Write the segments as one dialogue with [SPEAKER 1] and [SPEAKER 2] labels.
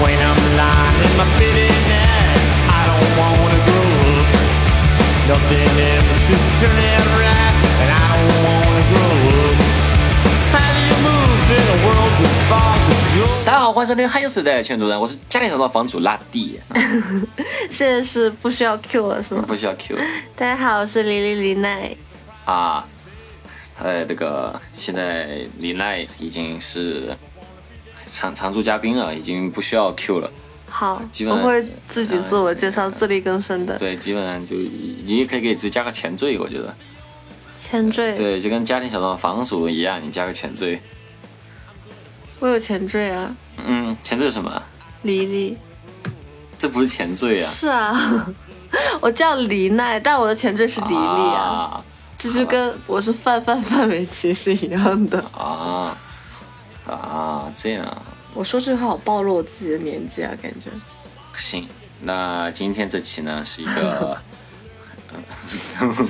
[SPEAKER 1] When I'm lying in my bed at night, I don't wanna grow up. Nothing ever seems to turn out right, and I don't wanna grow up. How do you move in a world with fog that's yours?
[SPEAKER 2] 大家好，欢迎收听《汉有时代》全主任，我是家里头的房主拉蒂，
[SPEAKER 3] 现在是不需要 Q 了是吗？
[SPEAKER 2] 不需要 Q
[SPEAKER 3] 大家好，我是李李李奈。
[SPEAKER 2] 啊。他的这个现在李奈已经是常常驻嘉宾了，已经不需要 Q 了。
[SPEAKER 3] 好
[SPEAKER 2] 基，本
[SPEAKER 3] 我会自己自我介绍，自力更生的。
[SPEAKER 2] 对，基本上就你也可以给自己加个前缀，我觉得。
[SPEAKER 3] 前缀，
[SPEAKER 2] 对，就跟家庭小团房主一样，你加个前缀。
[SPEAKER 3] 我有前缀啊，
[SPEAKER 2] 嗯，前缀是什么？
[SPEAKER 3] 李李。
[SPEAKER 2] 这不是前缀啊。
[SPEAKER 3] 是啊， 我叫李奈，但我的前缀是李丽啊，
[SPEAKER 2] 啊
[SPEAKER 3] 这就跟我是范范范玮琪是一样的。
[SPEAKER 2] 啊啊！这样啊
[SPEAKER 3] 我说这句话好暴露我自己的年纪啊，感觉。
[SPEAKER 2] 行，那今天这期呢是一个， 嗯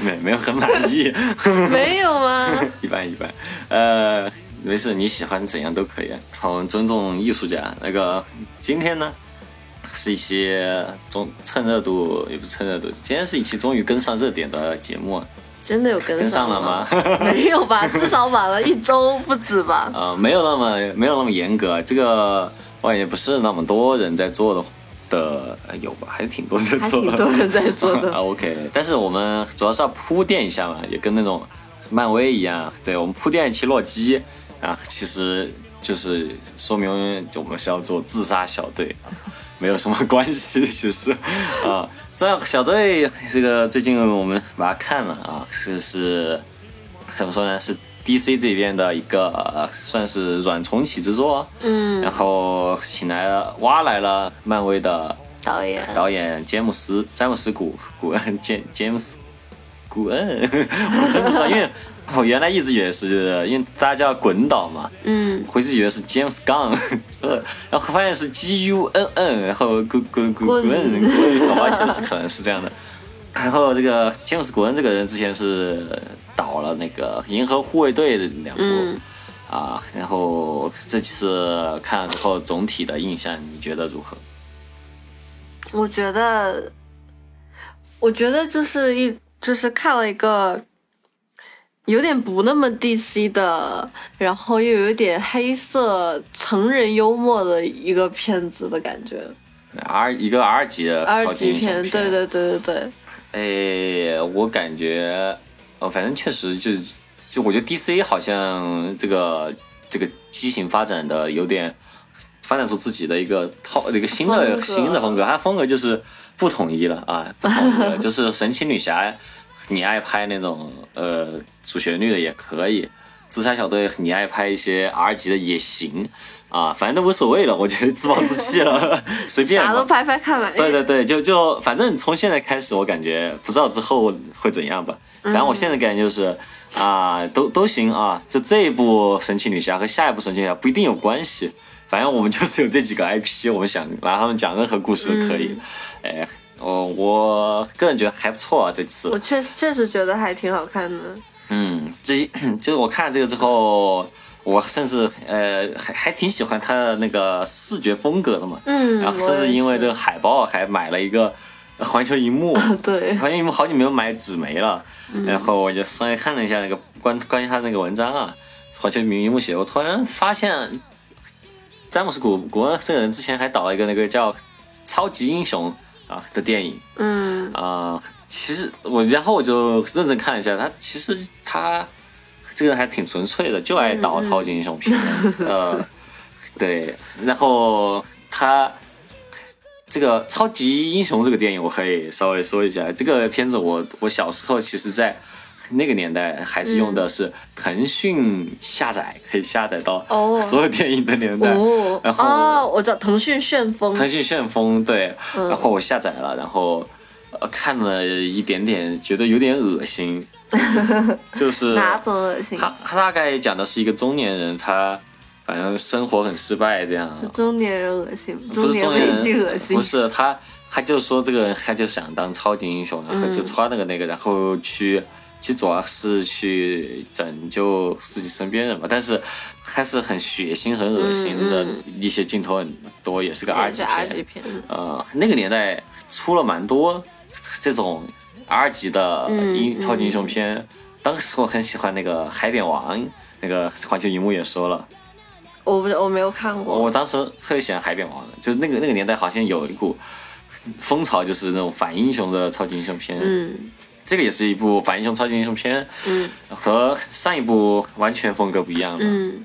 [SPEAKER 2] 没没有很满意，
[SPEAKER 3] 没有吗？
[SPEAKER 2] 一般一般，呃，没事，你喜欢怎样都可以，我们尊重艺术家。那个今天呢是一期中趁热度也不是趁热度，今天是一期终于跟上热点的节目， 啊
[SPEAKER 3] 真的有跟
[SPEAKER 2] 跟上了
[SPEAKER 3] 了
[SPEAKER 2] 吗？？
[SPEAKER 3] 没有吧，至少晚了一周不止吧。
[SPEAKER 2] 呃，没有那么没有那么严格，啊这个我也不是那么多人在做的的，呃有吧，还挺多人在
[SPEAKER 3] 还
[SPEAKER 2] 做的，
[SPEAKER 3] 挺多人在做 的
[SPEAKER 2] 啊，OK，但是我们主要是要铺垫一下嘛，也跟那种漫威一样，对我们铺垫一期洛基啊，其实就是说明我们是要做自杀小队， 没有什么关系， 其实啊，这小队这个最近我们把它看了啊，是是怎么说呢？是 DC 这边的一个、呃算是软重启之作，
[SPEAKER 3] 嗯，
[SPEAKER 2] 然后请来了挖来了漫威的
[SPEAKER 3] 导演，
[SPEAKER 2] 导演詹姆斯詹姆斯古古恩 詹詹姆斯古恩， 我真不知道，因为我原来一直以为是因为大家叫滚导嘛，
[SPEAKER 3] 嗯，
[SPEAKER 2] 我一直以为是 James Gunn，呃， 然后发现是 G U N N，然后滚滚滚滚滚，滚完全是可能是这样的。然后这个詹姆斯·古恩这个人之前是导了那个《银河护卫队》的两部、
[SPEAKER 3] 嗯
[SPEAKER 2] 啊，然后这次看了之后总体的印象你觉得如何？
[SPEAKER 3] 我觉得，我觉得就是一就是看了一个有点不那么 DC 的，然后又有一点黑色成人幽默的一个片子的感觉。
[SPEAKER 2] R 一个 R 级的
[SPEAKER 3] 二
[SPEAKER 2] 超级
[SPEAKER 3] 级
[SPEAKER 2] 英雄片，
[SPEAKER 3] 对对对对对，
[SPEAKER 2] 哎，我感觉，呃，反正确实就就我觉得 DC 好像这个这个畸形发展的有点发展出自己的一个套一个新
[SPEAKER 3] 风
[SPEAKER 2] 的
[SPEAKER 3] 格
[SPEAKER 2] 新的风格，它风格就是不统一了啊，不统一 了，就是神奇女侠，你爱拍那种呃主旋律的也可以，自杀小队你爱拍一些 R 级的也行啊，反正都无所谓了，我觉得自暴自弃了， 随便
[SPEAKER 3] 啥
[SPEAKER 2] 吧
[SPEAKER 3] 都拍拍看 吧。
[SPEAKER 2] 对对对，就就反正从现在开始，我感觉不知道之后会怎样吧。反正我现在感觉就是啊、都都行啊。就这一部神奇女侠和下一部神奇女侠不一定有关系，反正我们就是有这几个 IP，我们想拿他们讲任何故事都可以。哎，我我个人觉得还不错啊，这次。
[SPEAKER 3] 我确确实觉得还挺好看的。
[SPEAKER 2] 嗯，这就是我看了这个之后，我甚至呃还还挺喜欢它的那个视觉风格的嘛。
[SPEAKER 3] 嗯，
[SPEAKER 2] 然后
[SPEAKER 3] 我
[SPEAKER 2] 甚至
[SPEAKER 3] 也
[SPEAKER 2] 因为
[SPEAKER 3] 是
[SPEAKER 2] 这个海报还买了一个环球荧幕，
[SPEAKER 3] 对，
[SPEAKER 2] 环球荧幕好久没有买纸媒了，然后我就稍微看了一下那个关关于他那个文章啊，环球荧幕写，我突然发现詹姆斯古古恩这个人之前还导了一个那个叫《超级英雄》啊的电影，
[SPEAKER 3] 嗯，
[SPEAKER 2] 啊、其实我，然后我就认真看了一下，他其实他这个人还挺纯粹的，就爱导超级英雄片，
[SPEAKER 3] 嗯
[SPEAKER 2] 呃，对，然后他这个超级英雄这个电影，我可以稍微说一下，这个片子我我小时候其实在。那个年代还是用的是腾讯下载，可以下载到
[SPEAKER 3] 哦
[SPEAKER 2] 所有电影的年代。
[SPEAKER 3] 哦
[SPEAKER 2] 然后
[SPEAKER 3] 哦，我知道腾讯旋风，
[SPEAKER 2] 腾讯旋风对，然后我下载了，然后呃看了一点点，觉得有点恶 心，就是
[SPEAKER 3] 哪种恶心？
[SPEAKER 2] 他他大概讲的是一个中年人，他反正生活很失败这样，
[SPEAKER 3] 是中年人恶心，
[SPEAKER 2] 不是
[SPEAKER 3] 年
[SPEAKER 2] 中年
[SPEAKER 3] 危机
[SPEAKER 2] 人
[SPEAKER 3] 恶心
[SPEAKER 2] 不。是他他就说这个人他就想当超级英雄，然后就穿那个那个，然后去其实主要是去拯救自己身边人吧，但是还是很血腥、很恶心的
[SPEAKER 3] 嗯
[SPEAKER 2] 一些镜头很多，也是个
[SPEAKER 3] 也
[SPEAKER 2] R 级
[SPEAKER 3] 是 R 级
[SPEAKER 2] 片。
[SPEAKER 3] 片，
[SPEAKER 2] 呃，那个年代出了蛮多这种 R 级的
[SPEAKER 3] 嗯
[SPEAKER 2] 英、
[SPEAKER 3] 嗯
[SPEAKER 2] 超级英雄片，当时我很喜欢那个《海扁王》，那个环球荧幕也说了。
[SPEAKER 3] 我不我没有看过，
[SPEAKER 2] 我当时特别喜欢海扁王的，就是那个那个年代好像有一股风潮，就是那种反英雄的超级英雄片。
[SPEAKER 3] 嗯
[SPEAKER 2] 这个也是一部反英雄超级英雄片，
[SPEAKER 3] 嗯
[SPEAKER 2] 和上一部完全风格不一样嘛，
[SPEAKER 3] 嗯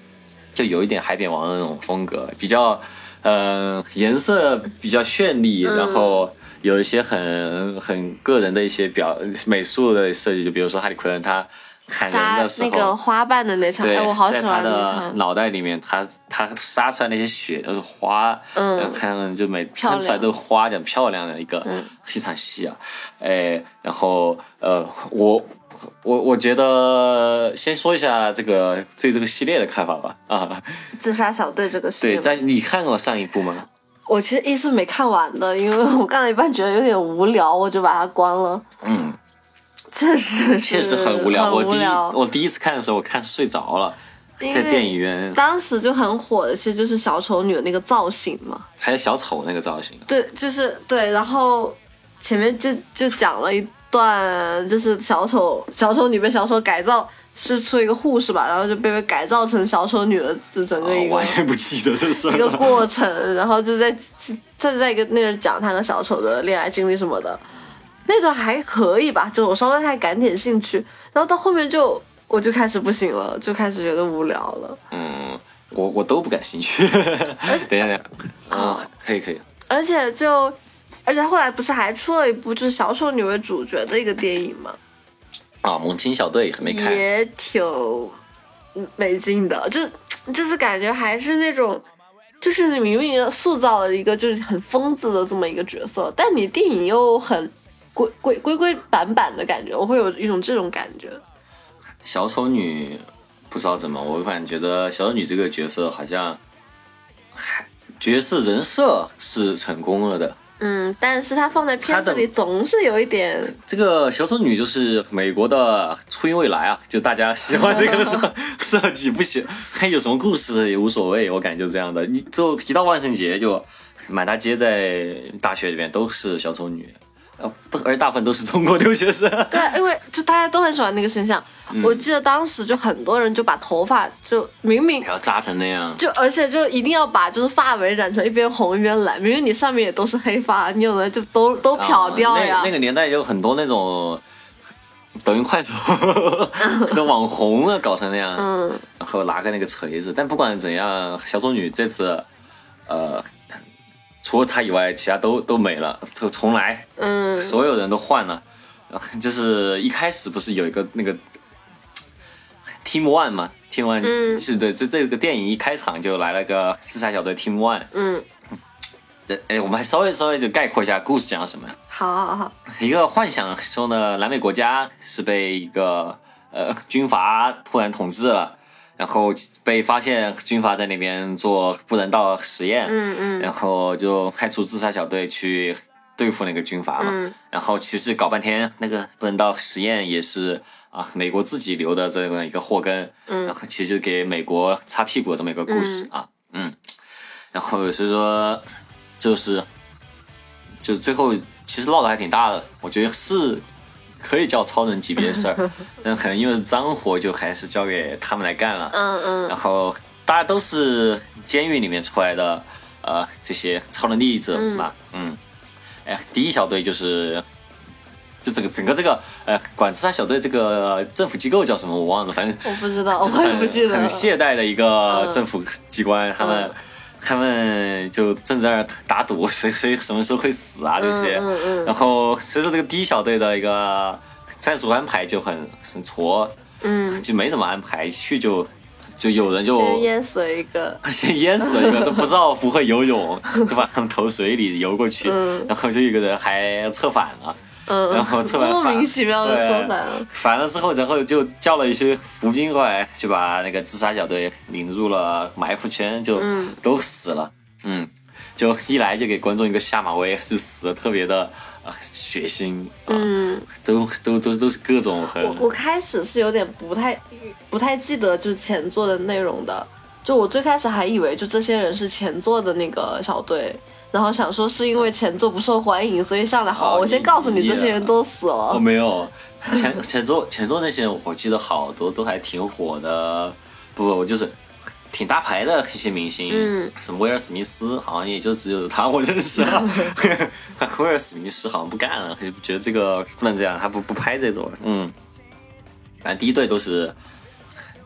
[SPEAKER 2] 就有一点海扁王的那种风格，比较呃颜色比较绚丽，
[SPEAKER 3] 嗯
[SPEAKER 2] 然后。有一些很很个人的一些表美术的设计，就比如说哈利奎恩他砍人
[SPEAKER 3] 杀
[SPEAKER 2] 的时
[SPEAKER 3] 那
[SPEAKER 2] 候，
[SPEAKER 3] 个花瓣的那场，
[SPEAKER 2] 对，
[SPEAKER 3] 哎，我好喜
[SPEAKER 2] 在他
[SPEAKER 3] 欢那
[SPEAKER 2] 的
[SPEAKER 3] 场，
[SPEAKER 2] 脑袋里面，他他杀出来那些血都是花，
[SPEAKER 3] 嗯
[SPEAKER 2] 呃看上去就每
[SPEAKER 3] 漂亮
[SPEAKER 2] 喷出来都是花，很漂亮的一个、
[SPEAKER 3] 嗯
[SPEAKER 2] 一场戏啊，哎，然后呃，我我我觉得先说一下这个对这个系列的看法吧，啊，
[SPEAKER 3] 自杀小队这个事
[SPEAKER 2] 对，
[SPEAKER 3] 情。
[SPEAKER 2] 在你看过上一部
[SPEAKER 3] 嗯
[SPEAKER 2] 吗？
[SPEAKER 3] 我其实一是没看完的，因为我看了一半觉得有点无聊，我就把它关了。
[SPEAKER 2] 嗯，
[SPEAKER 3] 确实是
[SPEAKER 2] 确实很无聊，
[SPEAKER 3] 很
[SPEAKER 2] 我
[SPEAKER 3] 无
[SPEAKER 2] 第一
[SPEAKER 3] 聊
[SPEAKER 2] 我第一次看的时候，我看睡着了，
[SPEAKER 3] 因为
[SPEAKER 2] 在电影院，
[SPEAKER 3] 当时就很火的，其实就是小丑女的那个造型嘛。
[SPEAKER 2] 还有小丑那个造型，
[SPEAKER 3] 对，就是对，然后前面就就讲了一段，就是小丑小丑女被小丑改造，是出一个护士吧，然后就被被改造成小丑女的这整个一
[SPEAKER 2] 哦
[SPEAKER 3] 个、
[SPEAKER 2] 完全不记得这事儿
[SPEAKER 3] 一个
[SPEAKER 2] 了。
[SPEAKER 3] 过程，然后就在他就在一个那儿讲他和小丑的恋爱经历什么的，那段还可以吧，就我稍微还感点兴趣，然后到后面就我就开始不行了，就开始觉得无聊了，
[SPEAKER 2] 嗯，我我都不感兴 趣。 等一下，等一下，啊，可以可以，
[SPEAKER 3] 而且就而且后来不是还出了一部就是小丑女为主角的一个电影嘛，
[SPEAKER 2] 啊，猛禽小队还没看，
[SPEAKER 3] 也挺没劲的，就就是感觉还是那种。就是你明明塑造了一个就是很疯子的这么一个角色，但你电影又很规规规规板板的感觉，我会有一种这种感觉。
[SPEAKER 2] 小丑女不知道怎么，我反正觉得小丑女这个角色好像，还角色人设是成功了的。
[SPEAKER 3] 嗯，但是它放在片子
[SPEAKER 2] 它
[SPEAKER 3] 里
[SPEAKER 2] 的
[SPEAKER 3] 总是有一点，
[SPEAKER 2] 这个小丑女就是美国的初音未来啊，就大家喜欢这个设 设计，不喜还有什么故事也无所谓，我感觉就这样的。你就一到万圣节就满大街在大学里面都是小丑女，呃，都而大部分都是中国留学生。
[SPEAKER 3] 对，因为就大家都很喜欢那个形象。我记得当时就很多人就把头发就明明
[SPEAKER 2] 不要扎成那样。
[SPEAKER 3] 就而且就一定要把就是发尾染成一边红一边蓝，明明你上面也都是黑发，你有的就都都漂掉呀。
[SPEAKER 2] 啊那。那个年代有很多那种 抖音、快手 的网红啊，搞成那样，
[SPEAKER 3] 嗯，
[SPEAKER 2] 然后拿个那个锤子。但不管怎样，小丑女这次，呃，除了她以外，其他都都没了，重重来，
[SPEAKER 3] 嗯
[SPEAKER 2] 所有人都换了。 呃就是一开始不是有一个那个 Team One 嘛，Team One、
[SPEAKER 3] 嗯
[SPEAKER 2] 是对，这这个电影一开场就来了个四杀小队 Team One。
[SPEAKER 3] 嗯，
[SPEAKER 2] 这哎，我们还稍微稍微就概括一下故事讲了什么。
[SPEAKER 3] 好好好，
[SPEAKER 2] 一个幻想中的南美国家是被一个呃军阀突然统治了，然后被发现军阀在那边做不人道实验，
[SPEAKER 3] 嗯嗯
[SPEAKER 2] 然后就派出自杀小队去对付那个军阀嘛。
[SPEAKER 3] 嗯
[SPEAKER 2] 然后其实搞半天，那个不人道实验也是啊美国自己留的这么一个祸根，
[SPEAKER 3] 嗯
[SPEAKER 2] 然后其实给美国擦屁股这么一个故事啊，嗯，然后所以说就是就最后其实闹得还挺大的，我觉得是可以叫超人级别的事儿，但可能因为脏活就还是交给他们来干了，
[SPEAKER 3] 嗯
[SPEAKER 2] 然
[SPEAKER 3] 嗯
[SPEAKER 2] 后大家都是监狱里面出来的，呃，这些超能力者嘛，嗯，哎，第一小队就是，就整个整个这个，呃，管自杀小队这个政府机构叫什么我忘了，反正
[SPEAKER 3] 我不知道，
[SPEAKER 2] 就
[SPEAKER 3] 我
[SPEAKER 2] 是
[SPEAKER 3] 也
[SPEAKER 2] 很
[SPEAKER 3] 不记得
[SPEAKER 2] 很
[SPEAKER 3] 了。
[SPEAKER 2] 懈怠的一个
[SPEAKER 3] 嗯
[SPEAKER 2] 政府机关，他们
[SPEAKER 3] 嗯
[SPEAKER 2] 他们就正在那儿打赌，谁 谁什么时候会死啊这些，
[SPEAKER 3] 嗯嗯
[SPEAKER 2] 然后随着这个第一小队的一个战术安排就很很挫，
[SPEAKER 3] 嗯，
[SPEAKER 2] 就没怎么安排，去就就有人就
[SPEAKER 3] 先淹死了一个，
[SPEAKER 2] 先淹死了一个，都不知道不会游泳， 就把他们投水里游过去，
[SPEAKER 3] 嗯
[SPEAKER 2] 然后就有一个人还策反了，
[SPEAKER 3] 嗯，
[SPEAKER 2] 然后策反
[SPEAKER 3] 莫名其妙的
[SPEAKER 2] 对
[SPEAKER 3] 策反了。
[SPEAKER 2] 反了之后，然后就叫了一些伏兵过来，就把那个自杀小队领入了埋伏圈，就
[SPEAKER 3] 嗯
[SPEAKER 2] 都死了。嗯，就一来就给观众一个下马威，就死的特别的啊血腥啊，
[SPEAKER 3] 嗯，
[SPEAKER 2] 都都都都是各种很
[SPEAKER 3] 我我开始是有点不太不太记得就是前作的内容的，就我最开始还以为就这些人是前作的那个小队，然后想说是因为前作不受欢迎，所以上来好，
[SPEAKER 2] 哦
[SPEAKER 3] 我先告诉你
[SPEAKER 2] 你
[SPEAKER 3] 这些人都死
[SPEAKER 2] 哦，
[SPEAKER 3] 了。
[SPEAKER 2] 没有，前前座前座那些我记得好多都还挺火的，不，我就是挺大牌的一些明星，
[SPEAKER 3] 嗯，
[SPEAKER 2] 什么威尔史密斯，好像也就只有他我认识了。威尔史密斯好像不干了，就觉得这个不能这样，他不不拍这种了，嗯，反正第一队都是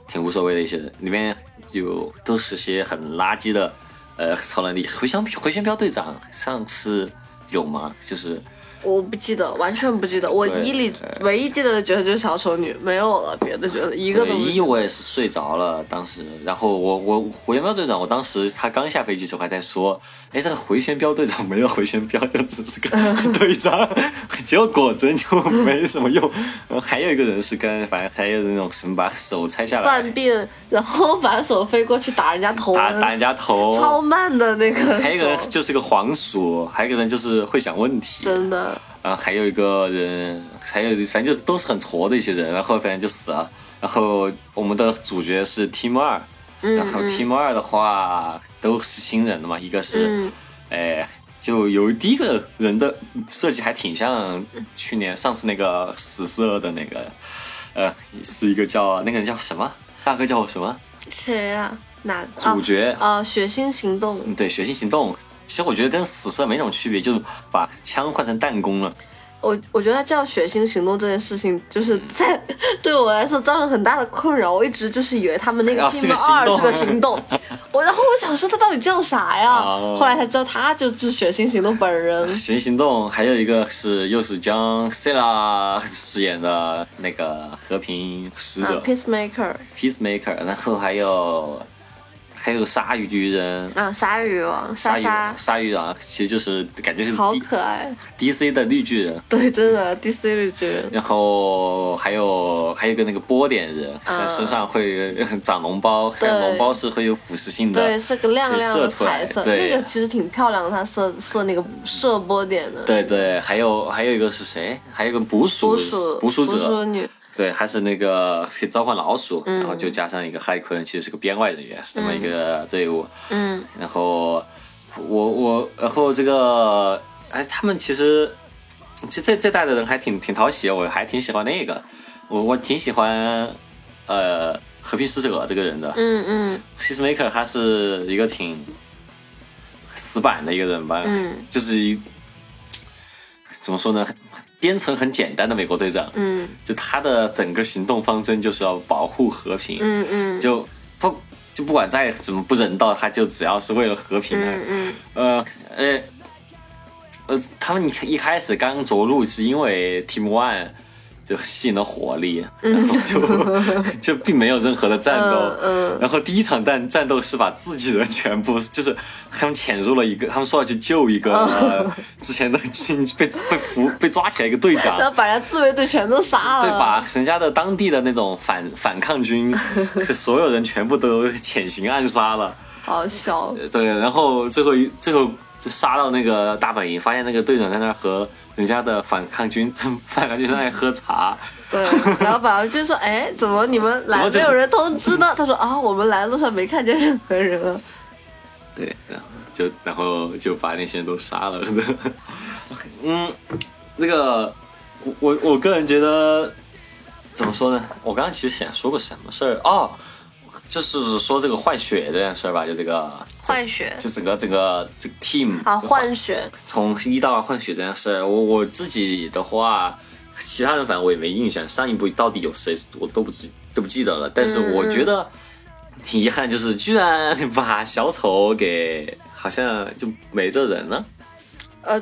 [SPEAKER 2] 挺无所谓的一些人，里面有都是些很垃圾的，呃，超能力回旋回旋镖队长上次有吗？就是。
[SPEAKER 3] 我不记得，完全不记得。我
[SPEAKER 2] 对
[SPEAKER 3] 一里
[SPEAKER 2] 对
[SPEAKER 3] 唯一记得的角色就是小丑女，没有了别的角色， 一个都
[SPEAKER 2] 对
[SPEAKER 3] 不记
[SPEAKER 2] 一
[SPEAKER 3] 得。
[SPEAKER 2] 我也是睡着了，当时，然后我我回旋镖队长，我当时他刚下飞机时候还在说，哎，这个回旋镖队长没有回旋镖，就只 是个队长， 结果果真就没什么用。然后还有一个人是跟，反正还有那种什么把手拆下来
[SPEAKER 3] 断臂，然后把手飞过去打人家头，
[SPEAKER 2] 打打人家头，
[SPEAKER 3] 超慢的那个
[SPEAKER 2] 还有一个人
[SPEAKER 3] 手，
[SPEAKER 2] 就是个黄鼠，还有一个人就是会想问题，
[SPEAKER 3] 真的。
[SPEAKER 2] 啊，还有一个人，还有反正就都是很挫的一些人，然后反正就死了。然后我们的主角是 Team 二，然后 Team 二的话都是新人的嘛，一个是
[SPEAKER 3] 嗯，
[SPEAKER 2] 哎，就有第一个人的设计还挺像去年上次那个死色的那个，呃，是一个叫那个人叫什么？大哥叫我什么？
[SPEAKER 3] 谁呀、哪个
[SPEAKER 2] 主角
[SPEAKER 3] 啊啊？呃血腥行动，
[SPEAKER 2] 嗯对，血腥行动。其实我觉得跟死色没什么区别，就是把枪换成弹弓了。
[SPEAKER 3] 我我觉得叫血腥行动这件事情，就是在、 对我来说造成很大的困扰。我一直就是以为他们那个
[SPEAKER 2] 啊
[SPEAKER 3] Team
[SPEAKER 2] 是个行
[SPEAKER 3] 二
[SPEAKER 2] 动
[SPEAKER 3] 是个行动， 我然后我想说他到底叫啥呀？
[SPEAKER 2] 哦
[SPEAKER 3] 后来才知道他就是血腥行动本人。
[SPEAKER 2] 《寻行动》，还有一个是又是将 Sela 饰演的那个和平使
[SPEAKER 3] 啊
[SPEAKER 2] 者、
[SPEAKER 3] ，Peacemaker
[SPEAKER 2] Peacemaker，然后还有还有鲨鱼巨人、
[SPEAKER 3] 啊，鲨鱼王莎
[SPEAKER 2] 鲨鱼
[SPEAKER 3] 莎，
[SPEAKER 2] 鲨鱼啊，其实就是感觉是
[SPEAKER 3] 好
[SPEAKER 2] D,
[SPEAKER 3] 可爱。
[SPEAKER 2] DC 的绿巨人，
[SPEAKER 3] 对，真的 DC 绿巨人，
[SPEAKER 2] 然后还有还有一个那个波点人，身、
[SPEAKER 3] 嗯
[SPEAKER 2] 身上会长脓包，还有
[SPEAKER 3] 对
[SPEAKER 2] 脓包是会有腐蚀性的，
[SPEAKER 3] 对，是个亮亮的
[SPEAKER 2] 射出来
[SPEAKER 3] 彩色，
[SPEAKER 2] 对
[SPEAKER 3] 那个其实挺漂亮的，它射射那个射波点的。
[SPEAKER 2] 对对，还有还有一个是谁？还有一个捕鼠
[SPEAKER 3] 捕鼠
[SPEAKER 2] 捕鼠者，
[SPEAKER 3] 女，
[SPEAKER 2] 对，还是那个可以召唤老鼠，然后就加上一个骇客人，其实是个编外人员，是这么一个队伍。
[SPEAKER 3] 嗯嗯，
[SPEAKER 2] 然后我我然后这个哎，他们其实这这这代的人还挺挺讨喜，我还挺喜欢那个，我我挺喜欢呃和平使者这个人的。
[SPEAKER 3] 嗯嗯
[SPEAKER 2] Peacemaker 他是一个挺死板的一个人吧，
[SPEAKER 3] 嗯
[SPEAKER 2] 就是一怎么说呢，编程很简单的美国队长，
[SPEAKER 3] 嗯
[SPEAKER 2] 就他的整个行动方针就是要保护和平，
[SPEAKER 3] 嗯嗯
[SPEAKER 2] 就不就不管再怎么不人道，他就只要是为了和平的。
[SPEAKER 3] 嗯
[SPEAKER 2] 呃
[SPEAKER 3] 嗯，
[SPEAKER 2] 呃呃，他们一一开始刚着陆是因为 Team One 就吸引了火力，然后 就就并没有任何的战斗。
[SPEAKER 3] 嗯
[SPEAKER 2] 然后第一场战战斗是把自己人全部， 就是他们潜入了一个，他们说要去救一个、
[SPEAKER 3] 哦
[SPEAKER 2] 呃之前的进被被俘被抓起来一个队长，
[SPEAKER 3] 然后把人家自卫队全都杀了，
[SPEAKER 2] 对？把人家的当地的那种反反抗军，所有人全部都潜行暗杀了。
[SPEAKER 3] 好笑，
[SPEAKER 2] 对，然后最后一最后就杀到那个大本营，发现那个队长在那儿和人家的反抗军 反抗军在那儿喝茶，
[SPEAKER 3] 对。然后保安就说：“哎，怎么你们
[SPEAKER 2] 怎
[SPEAKER 3] 来
[SPEAKER 2] 么就
[SPEAKER 3] 没有人通知呢？”他说：“啊，我们来路上没看见任何人啊。
[SPEAKER 2] 对，然后就然后就把那些人都杀了。嗯，那个我我我个人觉得怎么说呢？我刚刚其实想说个什么事儿哦，就是说这个换血这件事儿吧，就这个”
[SPEAKER 3] 换血
[SPEAKER 2] 就整个整个这个 team
[SPEAKER 3] 啊，换血，
[SPEAKER 2] 从一到二换血这件事，我我自己的话，其他人反正我也没印象，上一部到底有谁我都不记都不记得了。但是我觉得挺遗憾，就是居然 把小丑给好像就没这人了。
[SPEAKER 3] 呃，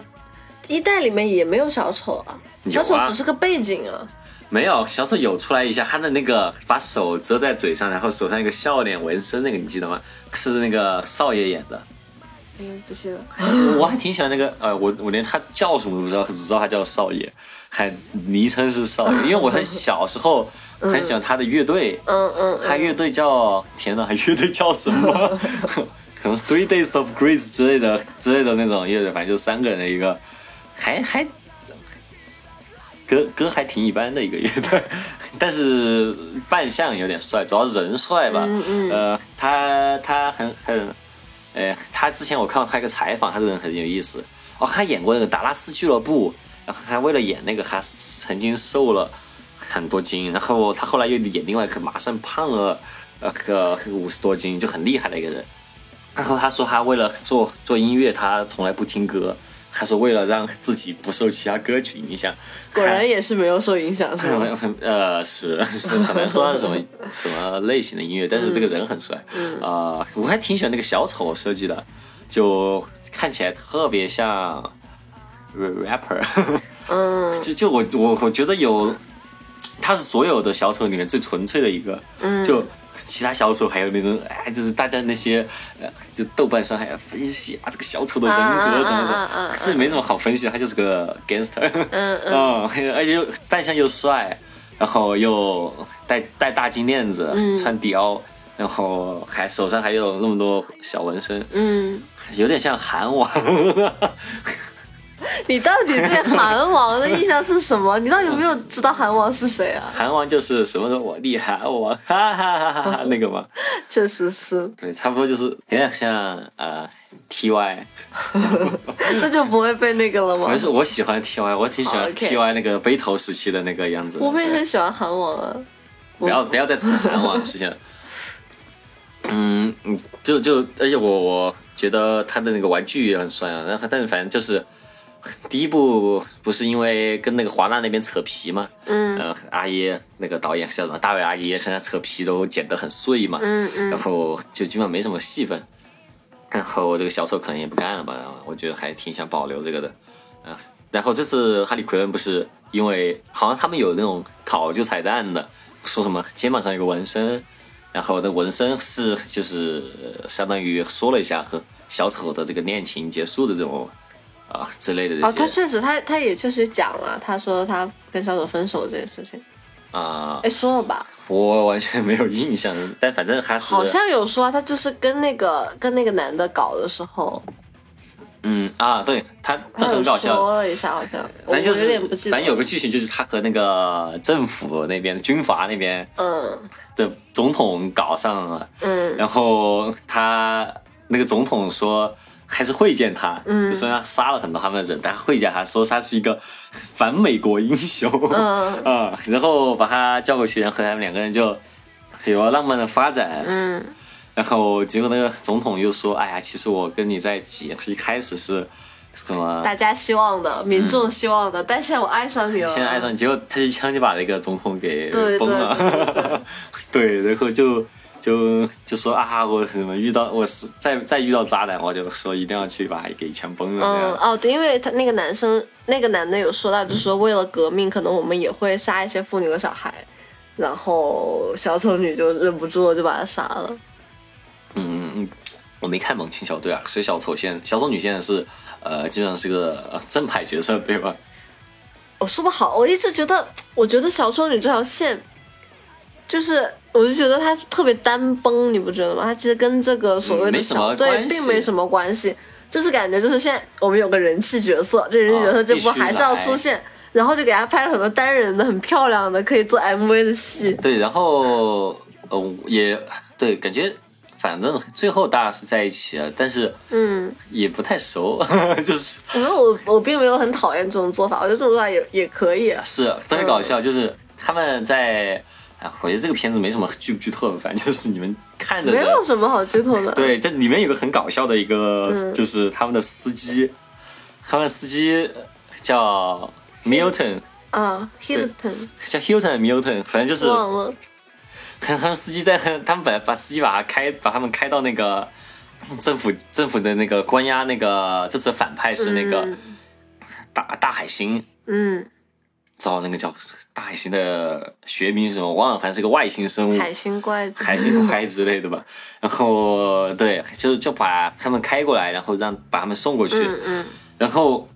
[SPEAKER 3] 一代里面也没有小丑啊，
[SPEAKER 2] 有
[SPEAKER 3] 小
[SPEAKER 2] 啊
[SPEAKER 3] 丑只是个背景啊。
[SPEAKER 2] 没有，小丑有出来一下，他的那个把手遮在嘴上，然后手上一个笑脸纹身那个，你记得吗？是那个少爷演的。
[SPEAKER 3] 嗯，不记得。
[SPEAKER 2] 我还挺喜欢那个，呃，我我连他叫什么都不知道，只知道他叫少爷，还昵称是少爷，因为我很小时候很喜欢他的乐队，
[SPEAKER 3] 嗯嗯
[SPEAKER 2] 他乐队叫天呐，乐队叫什么？ 可能是 Three Days of Grace 之类的之类的那种乐队，反正就三个人的一个，还还歌歌还挺一般的一个乐队，但是扮相有点帅，主要人帅吧。
[SPEAKER 3] 嗯嗯
[SPEAKER 2] 呃，他他很很，呃，他之前我看过他一个采访，他这个人很有意思。哦，他演过那个《达拉斯俱乐部》，然后他为了演那个还是曾经瘦了很多斤，然后他后来又演另外一个，马上胖了呃个五十多斤，就很厉害的一个人。然后他说他为了做做音乐，他从来不听歌，他是为了让自己不受其他歌曲影响。
[SPEAKER 3] 果然也是没有受影响，是吗？
[SPEAKER 2] 很很呃是 是很难说是什么什么类型的音乐，但是这个人很帅啊、
[SPEAKER 3] 嗯
[SPEAKER 2] 呃我还挺喜欢那个小丑设计的，就看起来特别像 rapper，
[SPEAKER 3] 嗯
[SPEAKER 2] 就就我我我觉得有，他是所有的小丑里面最纯粹的一个，
[SPEAKER 3] 嗯
[SPEAKER 2] 就其他小丑还有那种哎，就是大家那些呃，就豆瓣上还要分析啊，这个小丑的人
[SPEAKER 3] 啊啊
[SPEAKER 2] 格怎么怎
[SPEAKER 3] 啊啊啊
[SPEAKER 2] 么
[SPEAKER 3] 啊，
[SPEAKER 2] 是没什么好分析的，他就是个 gangster，
[SPEAKER 3] 嗯嗯
[SPEAKER 2] 嗯，而且又扮相又帅，然后又戴戴大金链子，
[SPEAKER 3] 嗯
[SPEAKER 2] 穿迪奥。然后还手上还有那么多小纹身，
[SPEAKER 3] 嗯，
[SPEAKER 2] 有点像韩王，
[SPEAKER 3] 你到底对韩王的印象是什么？你到底有没有知道韩王是谁啊？
[SPEAKER 2] 韩王就是什么时候我厉害，我哈哈哈哈哈那个嘛，
[SPEAKER 3] 确实是，
[SPEAKER 2] 对，差不多就是有点像呃 T Y，
[SPEAKER 3] 这就不会被那个了吗
[SPEAKER 2] 我？是我喜欢 T Y，我挺喜
[SPEAKER 3] 好
[SPEAKER 2] 欢
[SPEAKER 3] ，OK
[SPEAKER 2] T Y 那个背头时期的那个样子的。
[SPEAKER 3] 我们也
[SPEAKER 2] 对
[SPEAKER 3] 很喜欢韩王啊。
[SPEAKER 2] 不要不要再扯韩网的事 情了。嗯，嗯就就而且我我觉得他的那个玩具也很帅啊，然后但是反正就是第一部不是因为跟那个华纳那边扯皮嘛，
[SPEAKER 3] 嗯
[SPEAKER 2] 呃，阿耶那个导演叫什么大卫阿耶，跟他扯皮都剪得很碎嘛，
[SPEAKER 3] 嗯嗯
[SPEAKER 2] 然后就基本上没什么戏份。然后这个小丑可能也不干了吧，我觉得还挺想保留这个的。嗯、然后这次哈利奎恩不是因为好像他们有那种考究彩蛋的，说什么肩膀上有个纹身，然后那纹身是就是呃相当于说了一下和小丑的这个恋情结束的这种啊、之类的这些。
[SPEAKER 3] 哦，他确实，他他也确实讲了，他说他跟小丑分手这件事情，
[SPEAKER 2] 啊、
[SPEAKER 3] 哎，说了吧，
[SPEAKER 2] 我完全没有印象，但反正还是
[SPEAKER 3] 好像有说啊他就是跟那个跟那个男的搞的时候，
[SPEAKER 2] 嗯啊，对他这
[SPEAKER 3] 他有
[SPEAKER 2] 很搞笑。
[SPEAKER 3] 说了一 下，好像我
[SPEAKER 2] 反正就是
[SPEAKER 3] 我有点不记得
[SPEAKER 2] 反正，有个剧情就是他和那个政府那边、军阀那边
[SPEAKER 3] 嗯
[SPEAKER 2] 的总统搞上了，
[SPEAKER 3] 嗯
[SPEAKER 2] 然后他那个总统说还是会见他，
[SPEAKER 3] 嗯
[SPEAKER 2] 就虽然他杀了很多他们的人，但他会见他，说他是一个反美国英雄，
[SPEAKER 3] 嗯
[SPEAKER 2] 啊，然后把他叫过去，然后他们两个人就有了浪漫的发展，
[SPEAKER 3] 嗯
[SPEAKER 2] 然后结果那个总统又说，哎呀，其实我跟你在一起一开始是什么
[SPEAKER 3] 大家希望的，民众希望的，但现在我爱上你了，
[SPEAKER 2] 先嗯爱上你，结果他一枪就把那个总统给
[SPEAKER 3] 啊对
[SPEAKER 2] 崩
[SPEAKER 3] 对
[SPEAKER 2] 了， 对然后就就就说啊，我什么遇到我是再再遇到渣男，我就说一定要去把他给一枪崩了啊这
[SPEAKER 3] 嗯
[SPEAKER 2] 样。
[SPEAKER 3] 哦，对，因为他那个男生，那个男的有说到，就是说为了革命，可能我们也会杀一些妇女和小孩，然后小丑女就忍不住了，就把他杀了。
[SPEAKER 2] 嗯嗯嗯，我没看《猛禽小队》啊，所以小丑现小丑女现在是呃，基本上是个呃正派角色对吧？
[SPEAKER 3] 嗯我哦说不好，我一直觉得，我觉得小丑女这条线，就是我就觉得她特别单崩，你不觉得吗？她其实跟这个所谓
[SPEAKER 2] 嗯
[SPEAKER 3] 的
[SPEAKER 2] 没什么
[SPEAKER 3] 小队
[SPEAKER 2] 关系
[SPEAKER 3] 并没什么关系，就是感觉就是现在我们有个人气角色，这人气角色
[SPEAKER 2] 啊
[SPEAKER 3] 这波
[SPEAKER 2] 必须
[SPEAKER 3] 还是要
[SPEAKER 2] 来
[SPEAKER 3] 出现，然后就给她拍了很多单人的很漂亮的可以做 MV 的戏。
[SPEAKER 2] 对，然后呃也对，感觉反正最后大家是在一起了，但是
[SPEAKER 3] 嗯，
[SPEAKER 2] 也不太熟， 就是
[SPEAKER 3] 可能我我并没有很讨厌这种做法，我觉得这种做法也也可以啊。
[SPEAKER 2] 是特别搞笑，就是他们在，哎，我觉得这个片子没什么剧不剧透的，反正就是你们看的
[SPEAKER 3] 没
[SPEAKER 2] 人，
[SPEAKER 3] 有什么好剧透的。
[SPEAKER 2] 对，这里面有个很搞笑的一个，
[SPEAKER 3] 嗯
[SPEAKER 2] 就是他们的司机，他们司机叫 Milton，
[SPEAKER 3] 啊，Hilton
[SPEAKER 2] 叫 Hilton Milton，反正就是
[SPEAKER 3] 忘了，
[SPEAKER 2] 他们司机在，他们本来把司机把他开，把他们开到那个政府政府的那个关押那个，这次反派是那个
[SPEAKER 3] 嗯
[SPEAKER 2] 大大海星，
[SPEAKER 3] 嗯，
[SPEAKER 2] 找那个叫大海星的学名是什么，我忘了，反正是个外星生物。
[SPEAKER 3] 海星怪子，
[SPEAKER 2] 还是拍之类的 吧。然后对，就就把他们开过来，然后让把他们送过去，
[SPEAKER 3] 嗯嗯，
[SPEAKER 2] 然后。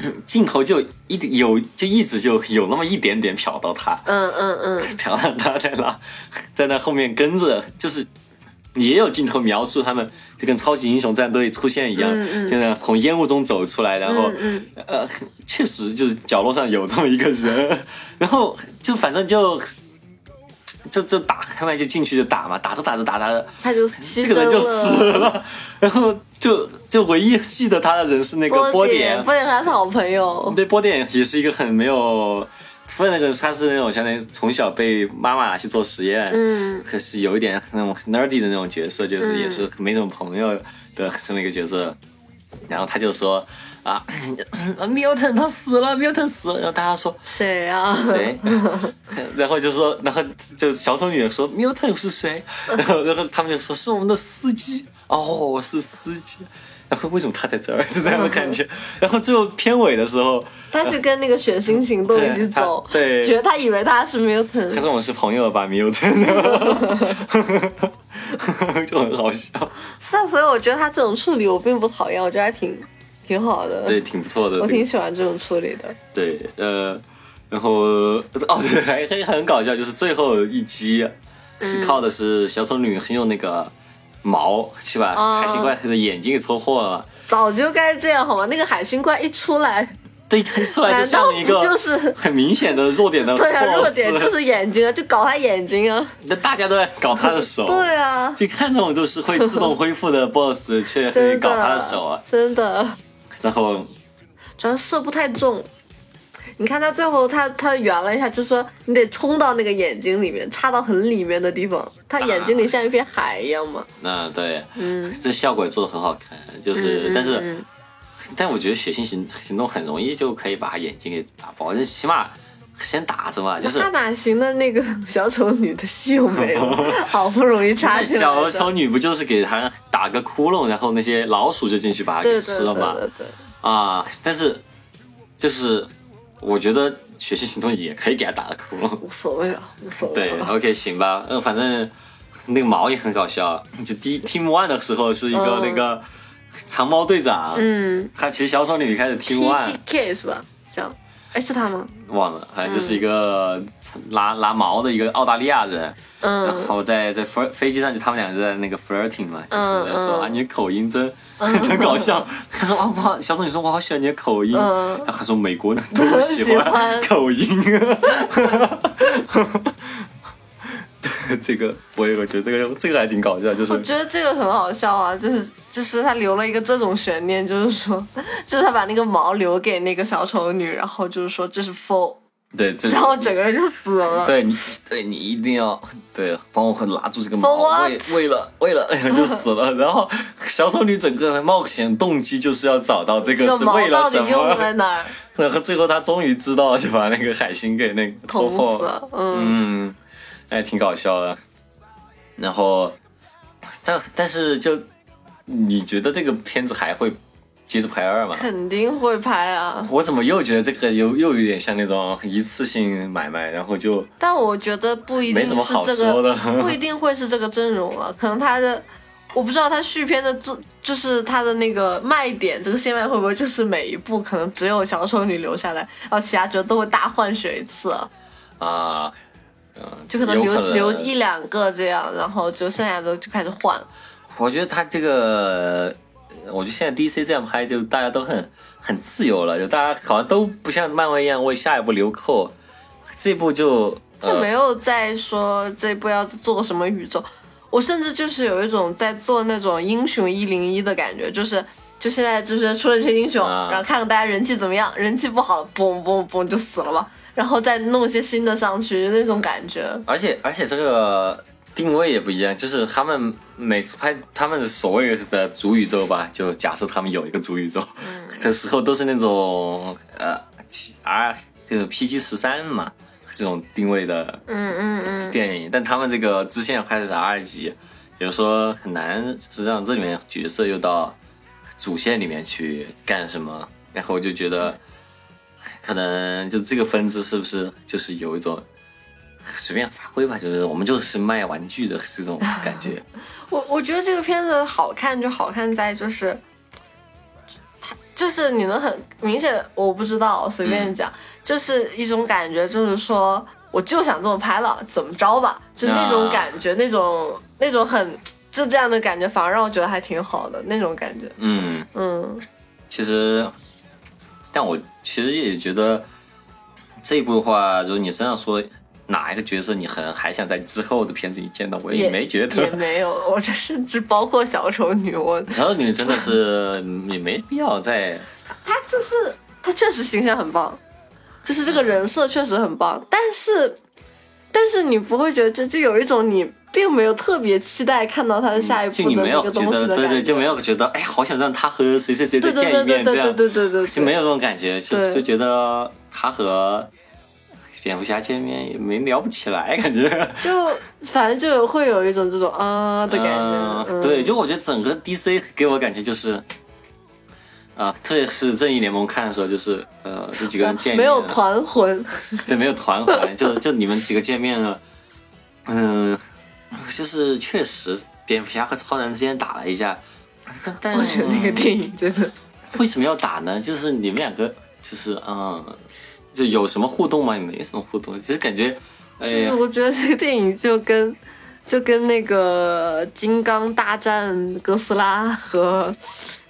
[SPEAKER 2] 镜头就一点有，就一直就有那么一点点瞟到他，
[SPEAKER 3] 嗯嗯嗯，
[SPEAKER 2] 瞟到他在那，在那后面跟着，就是也有镜头描述他们就跟超级英雄战队出现一样，
[SPEAKER 3] 嗯嗯
[SPEAKER 2] 现在从烟雾中走出来，然后、
[SPEAKER 3] 嗯
[SPEAKER 2] 呃，确实就是角落上有这么一个人，然后就反正就就就打，开麦就进去就打嘛，打着打着打着打着，
[SPEAKER 3] 他就牺
[SPEAKER 2] 这
[SPEAKER 3] 牲
[SPEAKER 2] 个人就死
[SPEAKER 3] 了。
[SPEAKER 2] 了， 然后就就唯一记得他的人是那个波点，
[SPEAKER 3] 波点还是好朋友，
[SPEAKER 2] 对波点也是一个很没有。除了那个，他是那种相当于从小被妈妈拿去做实验，
[SPEAKER 3] 嗯，
[SPEAKER 2] 还是有一点那种 nerdy 的那种角色，就是
[SPEAKER 3] 嗯
[SPEAKER 2] 也是没什么朋友的这么一个角色。然后他就说啊 ，Milton 他死了，Milton 死了。然后大家说
[SPEAKER 3] 谁啊？
[SPEAKER 2] 谁？然后就说，然后就小丑女说 Milton 是谁？然后然后他们就说是我们的司机。哦，是司机。然后为什么他在这儿？ 就这样的感觉。然后最后片尾的时候，
[SPEAKER 3] 他去跟那个血腥行动一起走，
[SPEAKER 2] 对他对
[SPEAKER 3] 觉得他以为他是 Milton，
[SPEAKER 2] 他跟我是朋友吧，Milton，就很好笑。
[SPEAKER 3] 是啊，所以我觉得他这种处理我并不讨厌，我觉得还挺挺好的，
[SPEAKER 2] 对，挺不错的。
[SPEAKER 3] 我
[SPEAKER 2] 这个
[SPEAKER 3] 挺喜欢这种处理的。
[SPEAKER 2] 对，呃，然后哦对，还还很搞笑，就是最后一击是靠的是小丑女很有那个毛是吧？
[SPEAKER 3] 哦
[SPEAKER 2] 海星怪的眼睛给戳破了嘛，
[SPEAKER 3] 早就该这样好吗？那个海 星怪一出来，
[SPEAKER 2] 对，看出来
[SPEAKER 3] 难
[SPEAKER 2] 就
[SPEAKER 3] 道
[SPEAKER 2] 像一
[SPEAKER 3] 不
[SPEAKER 2] 个
[SPEAKER 3] 就是
[SPEAKER 2] 很明显的弱点的
[SPEAKER 3] 对啊？弱点
[SPEAKER 2] boss
[SPEAKER 3] 就是眼睛啊，就搞他眼睛啊。
[SPEAKER 2] 那大家都在搞他的手，
[SPEAKER 3] 对啊，
[SPEAKER 2] 就看那种就是会自动恢复的 boss，却会
[SPEAKER 3] 真的
[SPEAKER 2] 搞他的手啊，
[SPEAKER 3] 真的，
[SPEAKER 2] 然后
[SPEAKER 3] 主要射不太中。你看他最后他他圆了一下，就说你得冲到那个眼睛里面，插到很里面的地方。他眼睛里像一片海一样嘛。
[SPEAKER 2] 那对，
[SPEAKER 3] 嗯，
[SPEAKER 2] 这效果也做的很好看，就是、
[SPEAKER 3] 嗯
[SPEAKER 2] 但是。
[SPEAKER 3] 嗯
[SPEAKER 2] 但我觉得血腥行行动很容易就可以把他眼睛给打爆，就起码先打着嘛，就是
[SPEAKER 3] 他哪行的那个 小丑女的戏有没有？好不容易插进来
[SPEAKER 2] 小
[SPEAKER 3] 的
[SPEAKER 2] 丑女不就是给他打个窟窿，然后那些老鼠就进去把他
[SPEAKER 3] 对
[SPEAKER 2] 给
[SPEAKER 3] 对
[SPEAKER 2] 吃
[SPEAKER 3] 对
[SPEAKER 2] 了嘛？
[SPEAKER 3] 对对，
[SPEAKER 2] 啊，但是就是我觉得血腥行动也可以给他打个窟窿。
[SPEAKER 3] 无所谓啊，无所谓
[SPEAKER 2] 对
[SPEAKER 3] 啊。
[SPEAKER 2] ，OK，行吧，嗯、反正那个毛也很搞笑，就第一 Team One 的时候是一个
[SPEAKER 3] 嗯
[SPEAKER 2] 那个长毛队长，
[SPEAKER 3] 嗯
[SPEAKER 2] 他其实小丑女一开始 Team One。
[SPEAKER 3] ，PDK 是吧？叫，哎，是他吗？
[SPEAKER 2] 忘了，反正就是一个拉拉毛的一个澳大利亚人，然
[SPEAKER 3] 嗯，
[SPEAKER 2] 后在在飞飞机上就他们俩就在那个 flirting 嘛，就是在说、
[SPEAKER 3] 嗯
[SPEAKER 2] 啊你的口音真 很搞笑，他说啊我好小宋你说我好喜欢你的口音，
[SPEAKER 3] 嗯
[SPEAKER 2] 然后他说美国人都喜
[SPEAKER 3] 喜欢
[SPEAKER 2] 口 音，这个我也我觉得这个这个还挺搞笑，就是
[SPEAKER 3] 我觉得这个很好笑啊，就是就是他留了一个这种悬念，就是说， 就是他把那个毛留给那个小丑女，然后就是说这是 for，
[SPEAKER 2] 对这
[SPEAKER 3] 然后整个人就死了。
[SPEAKER 2] 对你，对你一定要对帮我拿住这个
[SPEAKER 3] For
[SPEAKER 2] 毛，
[SPEAKER 3] what？
[SPEAKER 2] 为为了为了 就死了。然后小丑女整个人冒险动机就是要找到这
[SPEAKER 3] 这
[SPEAKER 2] 个
[SPEAKER 3] 个
[SPEAKER 2] 是
[SPEAKER 3] 毛
[SPEAKER 2] 为了
[SPEAKER 3] 到底
[SPEAKER 2] 什
[SPEAKER 3] 用在
[SPEAKER 2] 么，
[SPEAKER 3] 哪儿？
[SPEAKER 2] 然后最后她终于知道就把那个海星给那个戳
[SPEAKER 3] 捅
[SPEAKER 2] 破
[SPEAKER 3] 死
[SPEAKER 2] 了。
[SPEAKER 3] 了。嗯，
[SPEAKER 2] 嗯，哎，挺搞笑的。然后，但但是就你觉得这个片子还会接着拍二吗？
[SPEAKER 3] 肯定会拍啊。
[SPEAKER 2] 我怎么又觉得这个又又有点像那种一次性买卖，然后就
[SPEAKER 3] 但我觉得不一定
[SPEAKER 2] 没什么
[SPEAKER 3] 是
[SPEAKER 2] 好
[SPEAKER 3] 这
[SPEAKER 2] 说
[SPEAKER 3] 个，
[SPEAKER 2] 的。
[SPEAKER 3] 不一定会是这个阵容了，可能他的。我不知道他续篇的做就是他的那个卖点，这个线卖会不会就是每一部可能只有小丑女留下来，然后其他角色都会大换血一次，
[SPEAKER 2] 啊，嗯、
[SPEAKER 3] 就可能留
[SPEAKER 2] 有可能
[SPEAKER 3] 留一两个这样，然后就剩下的就开始换。
[SPEAKER 2] 我觉得他这个，呃我觉得现在 DC 这样拍，就大家都很很自由了，就大家好像都不像漫威一样为下一步留扣，这部就
[SPEAKER 3] 他没
[SPEAKER 2] 呃，
[SPEAKER 3] 有在说这部要做什么宇宙，我甚至就是有一种在做那种英雄一零一的感觉，就是就现在就是出了这些英雄，
[SPEAKER 2] 啊
[SPEAKER 3] 然后看看大家人气怎么样，人气不好，嘣嘣嘣就死了吧，然后再弄一些新的上去，那种感觉。
[SPEAKER 2] 而且而且这个定位也不一样，就是他们每次拍他们所谓的主宇宙吧，就假设他们有一个主宇宙、
[SPEAKER 3] 嗯
[SPEAKER 2] 的时候，都是那种呃 R 就是 PG 十三嘛这种定位的
[SPEAKER 3] 嗯嗯嗯，
[SPEAKER 2] 电影，但他们这个支线拍的是 R 级，也就是说很难是让这里面角色又到主线里面去干什么，然后我就觉得，可能就这个分支是不是就是有一种随便发挥吧，就是我们就是卖玩具的这种感 觉，
[SPEAKER 3] 我我觉得这个片子好看就好看在就是，它就是你能很明显，我不知道，随
[SPEAKER 2] 嗯
[SPEAKER 3] 便讲，就是一种感觉，就是
[SPEAKER 2] 啊
[SPEAKER 3] 说我就想这么拍了，怎么着吧，就那种感觉，那种那种很就这样的感觉，反而让我觉得还挺好的那种感觉。
[SPEAKER 2] 嗯，
[SPEAKER 3] 嗯，
[SPEAKER 2] 其实，但我其实也觉得这一部的话，就是你身上说哪一个角色你很还想在之后的片子里见到，我
[SPEAKER 3] 也
[SPEAKER 2] 没觉得
[SPEAKER 3] 也。没有，我这甚至包括小丑女，我
[SPEAKER 2] 然后你真的是嗯也没必要再
[SPEAKER 3] 她就是她确实形象很棒，就是这个人设确实很棒，但是但是你不会觉得这就有一种你并没有特别期待看到她的下一
[SPEAKER 2] 就
[SPEAKER 3] 步
[SPEAKER 2] 你
[SPEAKER 3] 的
[SPEAKER 2] 没
[SPEAKER 3] 那
[SPEAKER 2] 有
[SPEAKER 3] 个
[SPEAKER 2] 觉
[SPEAKER 3] 东西
[SPEAKER 2] 得
[SPEAKER 3] 的感觉，
[SPEAKER 2] 对对，就没有觉得哎，好想让他和谁谁谁再
[SPEAKER 3] 对对
[SPEAKER 2] 见一
[SPEAKER 3] 对对
[SPEAKER 2] 面这
[SPEAKER 3] 对对
[SPEAKER 2] 样，
[SPEAKER 3] 对对对，
[SPEAKER 2] 就没有那种感觉，就
[SPEAKER 3] 对
[SPEAKER 2] 就觉得他和蝙蝠侠见面也没聊不起来，感 觉。
[SPEAKER 3] 就反正就有会有一种这种啊的感觉
[SPEAKER 2] 嗯，，
[SPEAKER 3] 嗯
[SPEAKER 2] 对，就我觉得整个 DC 给我感觉就是，啊、特别是正义联盟看的时候，就是呃，这几个人见面
[SPEAKER 3] 啊没有团魂，
[SPEAKER 2] 对，没有 团魂，就就你们几个见面了，嗯、就是确实蝙蝠侠和超人之间打了一架，但但
[SPEAKER 3] 我觉得那个电影真的
[SPEAKER 2] 为什么要打呢？就是你们两个就是嗯，就有什么互动吗？也没什么互动，其实感觉，哎
[SPEAKER 3] 就是
[SPEAKER 2] 呀，
[SPEAKER 3] 我觉得这个电影就跟就跟那个金刚大战哥斯拉和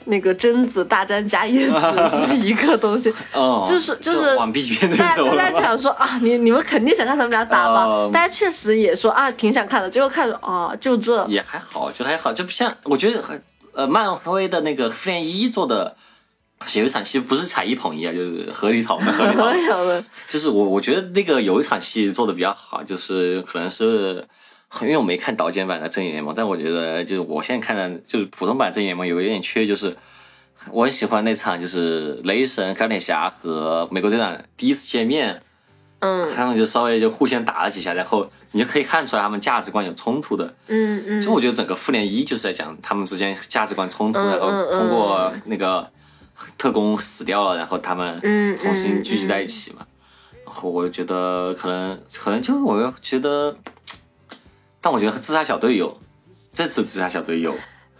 [SPEAKER 3] 那个贞子大战伽椰 子是一个东西。
[SPEAKER 2] 嗯，
[SPEAKER 3] 就是就
[SPEAKER 2] 就是往 B 级片
[SPEAKER 3] 大
[SPEAKER 2] 这
[SPEAKER 3] 家
[SPEAKER 2] 走
[SPEAKER 3] 大
[SPEAKER 2] 了
[SPEAKER 3] 家
[SPEAKER 2] 吗？
[SPEAKER 3] 想说啊，你你们肯定想看他们俩打吧？
[SPEAKER 2] 嗯
[SPEAKER 3] 大家确实也说啊，挺想看的。结果看着啊，就这，
[SPEAKER 2] 也还好，就还好，就不像我觉得很呃，漫威的那个复联一做的有一场戏不是踩一捧一啊，就是合理讨论，合理讨
[SPEAKER 3] 我
[SPEAKER 2] 论。
[SPEAKER 3] 想的
[SPEAKER 2] 就是我我觉得那个有一场戏做的比较好，就是可能是因为我没看导剪版的正义联盟，但我觉得就是我现在看的就是普通版正义联盟有一点缺，就是我很喜欢那场就是雷神、钢铁侠和美国队长第一次见面。
[SPEAKER 3] 嗯
[SPEAKER 2] 他们就稍微就互相打了几下，然后你就可以看出来他们价值观有冲突的。
[SPEAKER 3] 嗯
[SPEAKER 2] 其
[SPEAKER 3] 嗯
[SPEAKER 2] 实我觉得整个复联一就是在讲他们之间价值观冲突，
[SPEAKER 3] 嗯
[SPEAKER 2] 然后
[SPEAKER 3] 嗯嗯
[SPEAKER 2] 通过那个特工死掉了，然后他们
[SPEAKER 3] 嗯
[SPEAKER 2] 重新聚集在
[SPEAKER 3] 嗯
[SPEAKER 2] 一起嘛。然后我觉得可能可能就我又觉得，但我觉得自杀小队有，这次自杀小队有，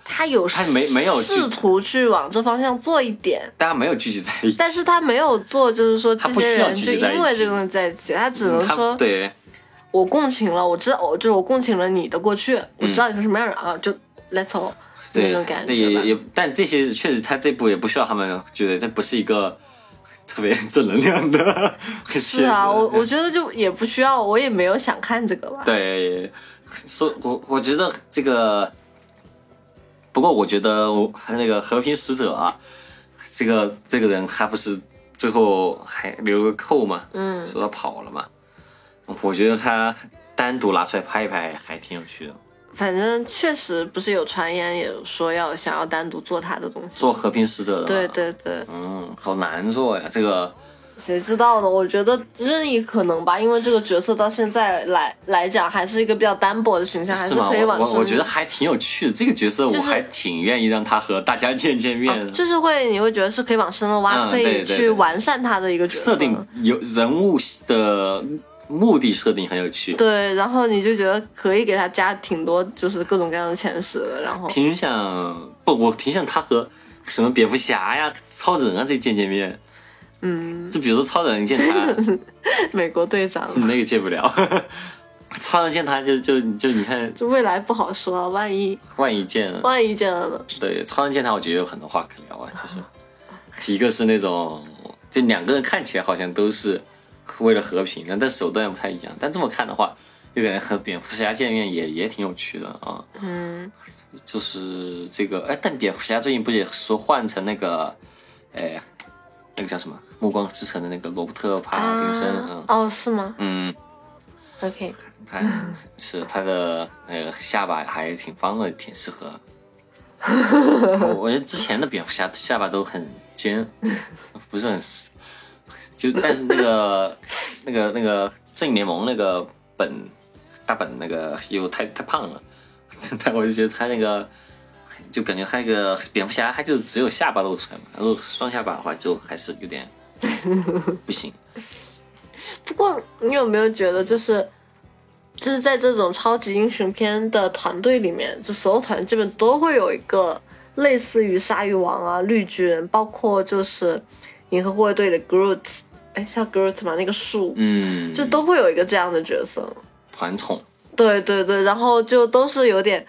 [SPEAKER 3] 他有
[SPEAKER 2] 他没没有去
[SPEAKER 3] 试图去往这方向做一点，
[SPEAKER 2] 大家没有聚集在一起，嗯
[SPEAKER 3] 但是他没有做，就是说这
[SPEAKER 2] 他不
[SPEAKER 3] 些
[SPEAKER 2] 需要
[SPEAKER 3] 人
[SPEAKER 2] 聚
[SPEAKER 3] 就
[SPEAKER 2] 集在一
[SPEAKER 3] 因为
[SPEAKER 2] 起嗯
[SPEAKER 3] 这个东西在一起，他只能
[SPEAKER 2] 他
[SPEAKER 3] 说
[SPEAKER 2] 对，
[SPEAKER 3] 我共情了，我知道，我哦就是我共情了你的过去，我知道你是什么样的人啊，就 let's go
[SPEAKER 2] 嗯
[SPEAKER 3] 那
[SPEAKER 2] 对
[SPEAKER 3] 种感
[SPEAKER 2] 那
[SPEAKER 3] 觉吧
[SPEAKER 2] 也。也，但这些确实他这部也不需要他们觉得这不是一个特别正能量的 片子。
[SPEAKER 3] 是啊，我我觉得就也不需要，我也没有想看这 个吧。
[SPEAKER 2] 对，所以我我觉得这个，不过我觉得我那个和平使者啊，这个这个人他不是最后还留个扣嘛，
[SPEAKER 3] 嗯，
[SPEAKER 2] 说他跑了嘛，我觉得他单独拿出来拍一拍还挺有趣的。
[SPEAKER 3] 反正确实不是有传言也说要想要单独做他的东西。
[SPEAKER 2] 做和平使者的，
[SPEAKER 3] 对，对对，
[SPEAKER 2] 嗯，好难做呀，这个
[SPEAKER 3] 谁知道呢？我觉得任意可能吧，因为这个角色到现在来来讲还是一个比较单薄的形象，还
[SPEAKER 2] 是吗？
[SPEAKER 3] 可以
[SPEAKER 2] 我
[SPEAKER 3] 往
[SPEAKER 2] 我我
[SPEAKER 3] 深
[SPEAKER 2] 觉得还挺有趣的，这个角色
[SPEAKER 3] 是哦
[SPEAKER 2] 我还挺愿意让他和大家见见面的。
[SPEAKER 3] 啊就是会，你会觉得是可以往深了挖，
[SPEAKER 2] 嗯
[SPEAKER 3] 可以
[SPEAKER 2] 对对
[SPEAKER 3] 去
[SPEAKER 2] 对
[SPEAKER 3] 完善他的一个嗯角色
[SPEAKER 2] 设定有人物的目的设定很有趣，
[SPEAKER 3] 对，然后你就觉得可以给他加挺多，就是各种各样的前十的，然后
[SPEAKER 2] 挺想不，我挺想他和什么蝙蝠侠呀、超人啊这见见面。嗯，就比如说超人见他，
[SPEAKER 3] 美国队长，
[SPEAKER 2] 那个见不了。 超人见他就就就你看，
[SPEAKER 3] 就未来不好说啊，万一
[SPEAKER 2] 万一见了，
[SPEAKER 3] 万一见了呢？
[SPEAKER 2] 对，超人见他，我觉得有很多话可聊啊，就是一个是那种，就两个人看起来好像都是为了和平的，但手段不太一样。但这么看的话，就感觉和蝙蝠侠见面也也挺有趣的啊。
[SPEAKER 3] 嗯，
[SPEAKER 2] 就是这个，哎，但蝙蝠侠最近不也说换成那个，哎，那个叫什么《暮光之城》的那个罗伯特·帕
[SPEAKER 3] 啊
[SPEAKER 2] 丁森，嗯
[SPEAKER 3] 哦，是吗
[SPEAKER 2] 嗯，
[SPEAKER 3] ？OK，
[SPEAKER 2] 他是他的呃下巴还挺方的，挺适合。我我觉得之前的蝙蝠侠下巴都很尖，不是很，就但是那个 那个那个正义联盟那个本大本那个又太太胖了，但我就觉得他那个就感觉他那个蝙蝠侠他就只有下巴露出来嘛，然后双下巴的话就还是有点不行。
[SPEAKER 3] 不过你有没有觉得就是？就是在这种超级英雄片的团队里面，就所有团队基本都会有一个类似于鲨鱼王啊、绿巨人，包括就是银河护卫队的 Groot，哎，叫 Groot 嘛，那个树，
[SPEAKER 2] 嗯，
[SPEAKER 3] 就都会有一个这样的角色。
[SPEAKER 2] 团宠，
[SPEAKER 3] 对对对，然后就都是有点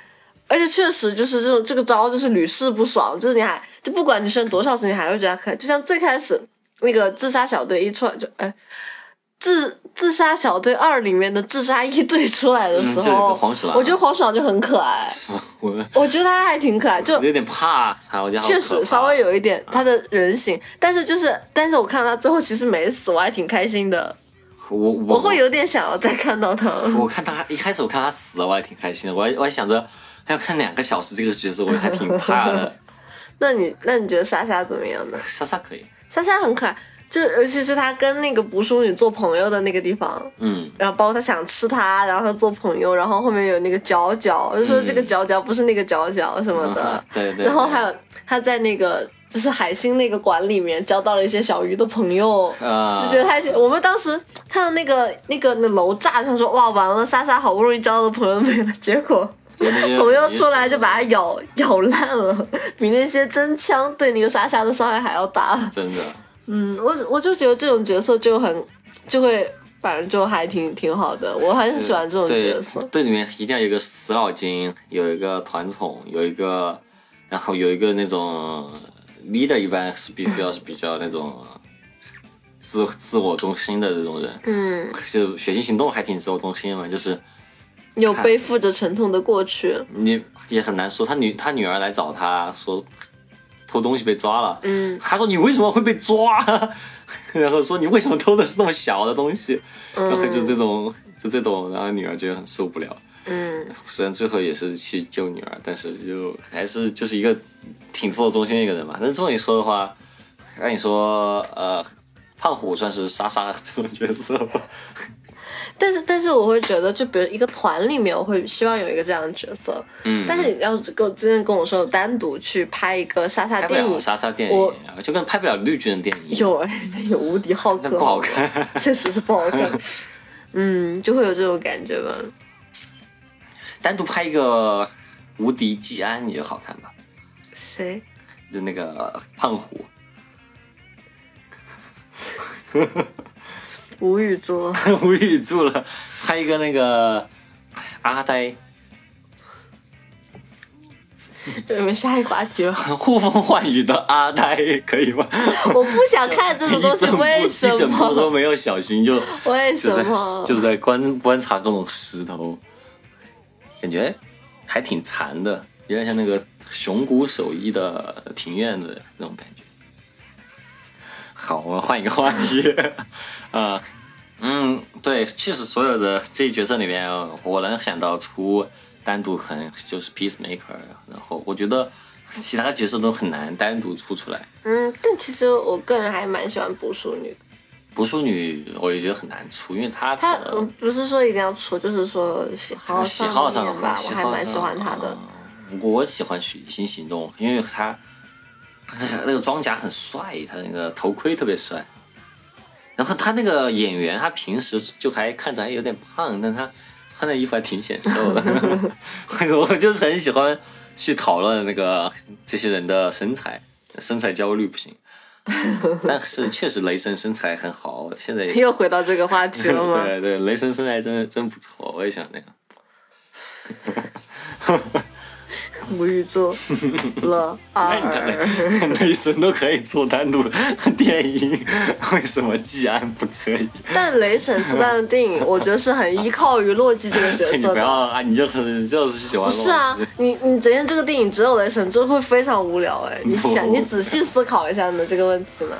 [SPEAKER 3] 而且确实就是这种这个招就是屡试不爽，就是你还就不管你生多少次，你还会觉得可爱。就像最开始那个自杀小队一出来就哎，自自杀小队二里面的自杀一队出来的
[SPEAKER 2] 嗯
[SPEAKER 3] 时
[SPEAKER 2] 这个
[SPEAKER 3] 候，
[SPEAKER 2] 黄鼠狼
[SPEAKER 3] 我觉得黄鼠狼就很可爱，
[SPEAKER 2] 是吧？我
[SPEAKER 3] 我觉得他还挺可爱，就
[SPEAKER 2] 我有点怕他，我觉得好
[SPEAKER 3] 确
[SPEAKER 2] 可
[SPEAKER 3] 实
[SPEAKER 2] 怕嗯
[SPEAKER 3] 稍微有一点他的人形，但是就是但是我看到他最后其实没死，我还挺开心的，
[SPEAKER 2] 我我
[SPEAKER 3] 我会有点想要再看到他。
[SPEAKER 2] 我看他一开始我看他死了，我还挺开心的，我还我还想着还要看两个小时这个角色，我还挺怕的。
[SPEAKER 3] 那你那你觉得莎莎怎么样呢？
[SPEAKER 2] 莎莎可以，
[SPEAKER 3] 莎莎很可爱，就尤其是她跟那个捕鼠女做朋友的那个地方，
[SPEAKER 2] 嗯，
[SPEAKER 3] 然后包括她想吃它，然后她做朋友，然后后面有那个角角，就说这个角角不是那个角角什么的，
[SPEAKER 2] 对嗯对对
[SPEAKER 3] 然后还有她在那个就是海星那个馆里面交到了一些小鱼的朋友。
[SPEAKER 2] 呃
[SPEAKER 3] 就觉得她，我们当时看到那个那个那楼炸，想说哇完了，莎莎好不容易交的朋友没了，结果
[SPEAKER 2] 有那些
[SPEAKER 3] 朋友出来就把它咬咬烂了，比那些真枪对那个莎莎的伤害还要大。
[SPEAKER 2] 真的，
[SPEAKER 3] 嗯，我我就觉得这种角色就很就会，反正就还挺挺好的，我还很喜欢这种角色
[SPEAKER 2] 对。队里面一定要有一个死脑筋，有一个团宠，有一个，然后有一个那种 leader，一般是必须要是比较那种自自我中心的这种人。
[SPEAKER 3] 嗯，
[SPEAKER 2] 就血腥行动还挺自我中心的嘛，就是
[SPEAKER 3] 有背负着沉痛的过去，
[SPEAKER 2] 你也很难说他女他女儿来找他说偷东西被抓了，
[SPEAKER 3] 嗯
[SPEAKER 2] 他说你为什么会被抓？ 然后说你为什么偷的是那么小的东西？然后就这种就这种，然后女儿就很受不了。
[SPEAKER 3] 嗯，
[SPEAKER 2] 虽然最后也是去救女儿，但是就还是就是一个挺自我中心的一个人嘛。但这么一说的话，按你说，呃，胖虎算是莎莎这种角色吧？
[SPEAKER 3] 但是但是我会觉得，就比如一个团里面，我会希望有一个这样的角色。
[SPEAKER 2] 嗯，
[SPEAKER 3] 但是你要是跟我真的跟我说单独去拍一个莎莎
[SPEAKER 2] 拍不
[SPEAKER 3] 电
[SPEAKER 2] 了
[SPEAKER 3] 影，
[SPEAKER 2] 莎莎电
[SPEAKER 3] 我
[SPEAKER 2] 影一样，就跟拍不了绿巨人电影一样，
[SPEAKER 3] 有 有无敌浩克，
[SPEAKER 2] 但不好，看。
[SPEAKER 3] 确实是不好看。嗯，就会有这种感觉吧。
[SPEAKER 2] 单独拍一个无敌季安也就好看吧，
[SPEAKER 3] 谁？
[SPEAKER 2] 就那个胖虎。
[SPEAKER 3] 无语住 了。
[SPEAKER 2] 无语住了，拍一个那个阿呆
[SPEAKER 3] 我们下一个话题吧。
[SPEAKER 2] 呼风唤雨的阿呆，可以吗？
[SPEAKER 3] 我不想看这种东
[SPEAKER 2] 一
[SPEAKER 3] 西
[SPEAKER 2] 整，部
[SPEAKER 3] 为什
[SPEAKER 2] 一整部都
[SPEAKER 3] 么？
[SPEAKER 2] 没有小心就
[SPEAKER 3] 为
[SPEAKER 2] 就
[SPEAKER 3] 什
[SPEAKER 2] 在
[SPEAKER 3] 么？
[SPEAKER 2] 就在观 观察各种石头，感觉还挺馋的，有点像那个熊谷守一的庭院的那种感觉。好，我们换一个话题， 啊、嗯，对，确实所有的这一角色里面，我能想到出单独可能就是 Peacemaker，然后我觉得其他角色都很难单独出出来。
[SPEAKER 3] 嗯，但其实我个人还蛮喜欢捕鼠女的。
[SPEAKER 2] 捕鼠女我也觉得很难出，因为她
[SPEAKER 3] 她
[SPEAKER 2] 可能
[SPEAKER 3] 嗯不是说一定要出，就是说喜好
[SPEAKER 2] 喜
[SPEAKER 3] 哦上
[SPEAKER 2] 好上
[SPEAKER 3] 面
[SPEAKER 2] 的话，，
[SPEAKER 3] 吧我
[SPEAKER 2] 喜
[SPEAKER 3] 还
[SPEAKER 2] 好
[SPEAKER 3] 蛮喜
[SPEAKER 2] 上
[SPEAKER 3] 欢她的。。
[SPEAKER 2] 嗯我喜欢血腥行动，因为他那个那个装甲很帅，他那个头盔特别帅。然后他那个演员，他平时就还看着还有点胖，但他穿的衣服还挺显瘦 的。 我就是很喜欢去讨论那个这些人的身材，身材焦虑不 行。但是确实雷神身材很好，现在也
[SPEAKER 3] 又回到这个话题了吗？
[SPEAKER 2] 嗯 对对，雷神身材真的真不错，我也想那样。
[SPEAKER 3] 无语住 了啊
[SPEAKER 2] 哎，！你看 雷雷神都可以做单独电影，为什么季安不可 以？
[SPEAKER 3] 但雷神出道的电影，我觉得是很依靠于洛基这个角
[SPEAKER 2] 你
[SPEAKER 3] 色
[SPEAKER 2] 不要
[SPEAKER 3] 的。
[SPEAKER 2] 啊！你就是你就是喜欢
[SPEAKER 3] 不
[SPEAKER 2] 洛基。
[SPEAKER 3] 是啊，你你昨天这个电影只有雷神，这会非常无聊哎、你 想，
[SPEAKER 2] 不
[SPEAKER 3] 你仔细思考一下你的这个问题呢，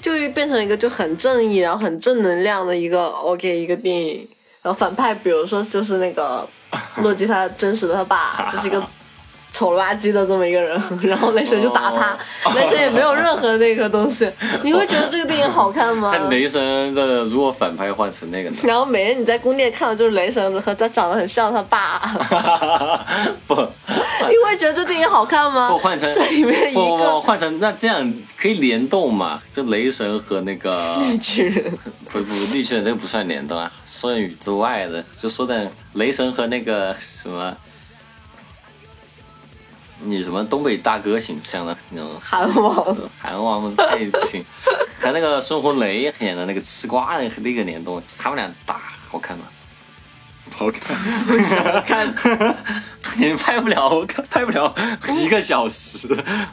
[SPEAKER 3] 就变成一个就很正义，然后很正能量的一个 OK 一个电影。然后反派，比如说就是那 个洛基，他真实的他爸就是一个丑了吧唧的这么一个人，然后雷神就打他，
[SPEAKER 2] 哦
[SPEAKER 3] 雷神也没有任何那个东 西，你会觉得这个电影好看吗？
[SPEAKER 2] 看雷神的，如果反派换成那个呢？
[SPEAKER 3] 然后每人你在宫殿看到就是雷神和他长得很像他爸，
[SPEAKER 2] 不
[SPEAKER 3] 你会觉得这电影好 看吗？
[SPEAKER 2] 不换成
[SPEAKER 3] 这里面一
[SPEAKER 2] 不不不
[SPEAKER 3] 个
[SPEAKER 2] 换成那这样可以联动嘛？就雷神和那 个
[SPEAKER 3] 巨人，
[SPEAKER 2] 不不绿巨人这个不算联动啊，说点宇宙外的，就说点雷神和那个什么。你什么东北大哥形象的那种
[SPEAKER 3] 韩王，
[SPEAKER 2] 韩王嘛，那也不行。 和那个孙红雷演的那个吃瓜的那个联动，他们俩打好看吗？不好看，不好看。也拍不了，我看拍不了一个小时，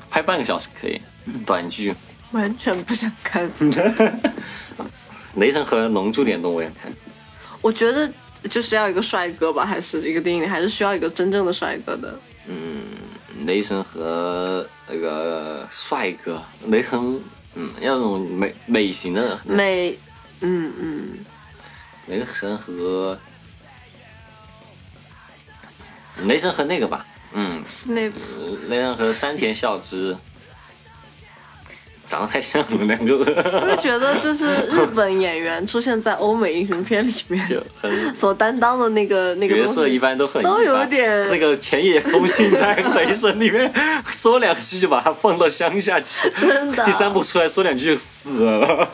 [SPEAKER 2] 拍半个小时可以，短剧。
[SPEAKER 3] 完全不想看。
[SPEAKER 2] 雷神和龙珠联动我也看，
[SPEAKER 3] 我觉得就是要一个帅哥吧，还是一个电影里还是需要一个真正的帅哥的。
[SPEAKER 2] 雷神和那个帅哥，雷神，嗯，要那种美美型的，
[SPEAKER 3] 美，嗯嗯，
[SPEAKER 2] 雷神和雷神和那个吧，嗯，
[SPEAKER 3] 斯内普
[SPEAKER 2] 雷神和山田孝之长得太像了，两个
[SPEAKER 3] 我就觉得就是 日本演员出现在欧美英雄片里面
[SPEAKER 2] 就很
[SPEAKER 3] 所担当的那个 那个
[SPEAKER 2] 角
[SPEAKER 3] 东西
[SPEAKER 2] 色一般都很
[SPEAKER 3] 都
[SPEAKER 2] 一般
[SPEAKER 3] 有点
[SPEAKER 2] 那个前野中信在雷神里面说两句就把他放到乡下去，
[SPEAKER 3] 真的
[SPEAKER 2] 第三部出来说两句就死了。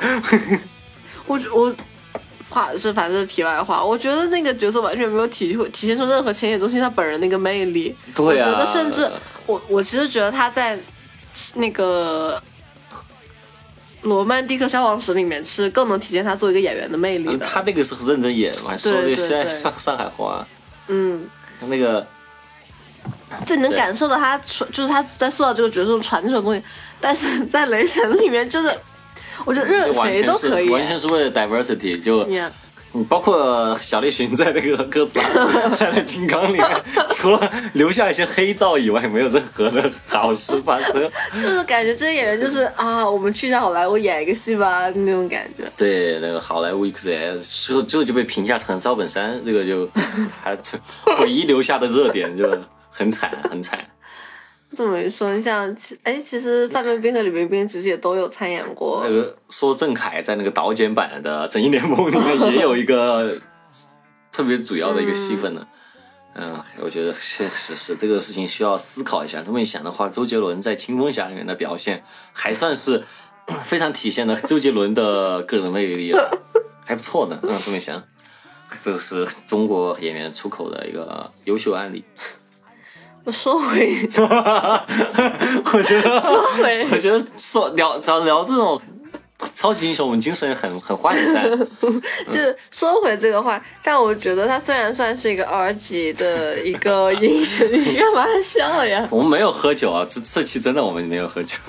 [SPEAKER 3] 我我话是反正是题外话，我觉得那个角色完全没有体会体现出任何浅野中心他本人那个魅力。
[SPEAKER 2] 对啊
[SPEAKER 3] 我觉得甚至我我其实觉得他在那个。罗曼蒂克消亡史里面是更能体现他作为一个演员的魅力的。
[SPEAKER 2] 嗯
[SPEAKER 3] 嗯
[SPEAKER 2] 他那个是认真演嘛，说那
[SPEAKER 3] 对
[SPEAKER 2] 个现在
[SPEAKER 3] 对
[SPEAKER 2] 上上海话，
[SPEAKER 3] 嗯，
[SPEAKER 2] 那个
[SPEAKER 3] 就你能
[SPEAKER 2] 对
[SPEAKER 3] 感受到他传，就是他在塑造这个角色中传递这种东西。但是 在雷神里面，就是我觉得任
[SPEAKER 2] 就完
[SPEAKER 3] 谁
[SPEAKER 2] 全
[SPEAKER 3] 都
[SPEAKER 2] 是
[SPEAKER 3] 可以。
[SPEAKER 2] 完全是为了 diversity 就。
[SPEAKER 3] Yeah
[SPEAKER 2] 你嗯包括小栗旬在那个哥斯拉、 在那金刚里面， 除了留下一些黑皂以外，没有任何的好事发生。
[SPEAKER 3] 就是感觉这些演员就是啊，我们去一下好莱坞演一个戏吧那种感觉。
[SPEAKER 2] 对，那个好莱坞 XS 最后最后就被评价成赵本山，这个就还唯一留下的热点，就很惨很惨。
[SPEAKER 3] 这么一说，你像其哎，其实范冰冰和李冰冰其实也都有参演过
[SPEAKER 2] 那。个说郑恺在那个导剪版的《正义联盟》里面也有一个特别主要的一个戏份呢。嗯，我觉得确实是这个事情需要思考一下。这么一想的话，周杰伦在《青蜂侠》里面的表现还算是 非常体现了周杰伦的个人魅力了，还不错的。嗯，这么一想，这是中国演员出口的一个优秀案例。 呃
[SPEAKER 3] 我说回
[SPEAKER 2] 我觉得，
[SPEAKER 3] 说回
[SPEAKER 2] 我觉得说聊聊聊这种超级英雄，我们精神很很涣 散。
[SPEAKER 3] 就是说回这个话，但我觉得他虽然算是一个 R 级的一个英雄，你干嘛笑呀？
[SPEAKER 2] 我们没有喝酒啊，这这期真的我们没有喝酒。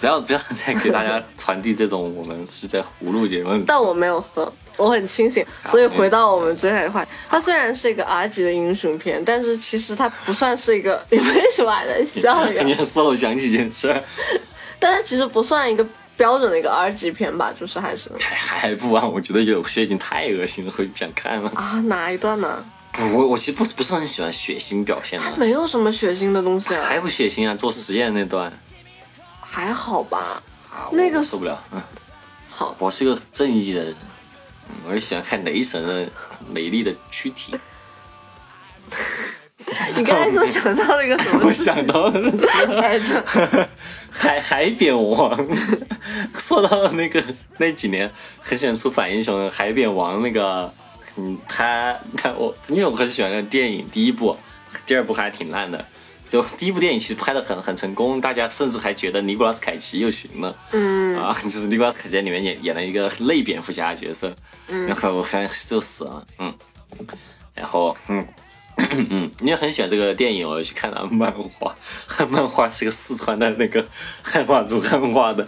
[SPEAKER 2] 不要不要再给大家传递这种我们是在葫芦节目。
[SPEAKER 3] 但我没有喝，我很清醒。所以回到我们最开始话，它虽然是一个 R 级的英雄片，但是其实它不算是一个。你为什么还在笑
[SPEAKER 2] 你
[SPEAKER 3] 呀？
[SPEAKER 2] 要说我想起一件事儿，
[SPEAKER 3] 但它其实不算一个标准的一个 R 级片吧，就是还是
[SPEAKER 2] 还还不完，我觉得有些已经太恶心了，我不想看了。
[SPEAKER 3] 啊哪一段呢？
[SPEAKER 2] 我我其实不不是很喜欢血腥表现的，
[SPEAKER 3] 没有什么血腥的东西啊，
[SPEAKER 2] 还不血腥啊？做实验那段
[SPEAKER 3] 还好吧？
[SPEAKER 2] 啊，
[SPEAKER 3] 那个
[SPEAKER 2] 我受不了。嗯，
[SPEAKER 3] 好，
[SPEAKER 2] 我是个正义的人，嗯我也喜欢看雷神的美丽的躯体。
[SPEAKER 3] 你刚才说想到了一个什么
[SPEAKER 2] 我？想到了
[SPEAKER 3] 来着？
[SPEAKER 2] 海海扁王，说到那个那几年很喜欢出反英雄的海扁王那个，嗯，他他我因为我很喜欢那个电影，第一部、第二部还挺烂的。就第一部电影其实拍的很很成功，大家甚至还觉得尼古拉斯凯奇又行了，嗯啊，就是尼古拉斯凯奇在里面演演了一个类蝙蝠侠的角色，然后我发现就死了，嗯，然后嗯嗯，因为很喜欢这个电影，我就去看了漫画。漫画是个四川的那个汉化组汉化的，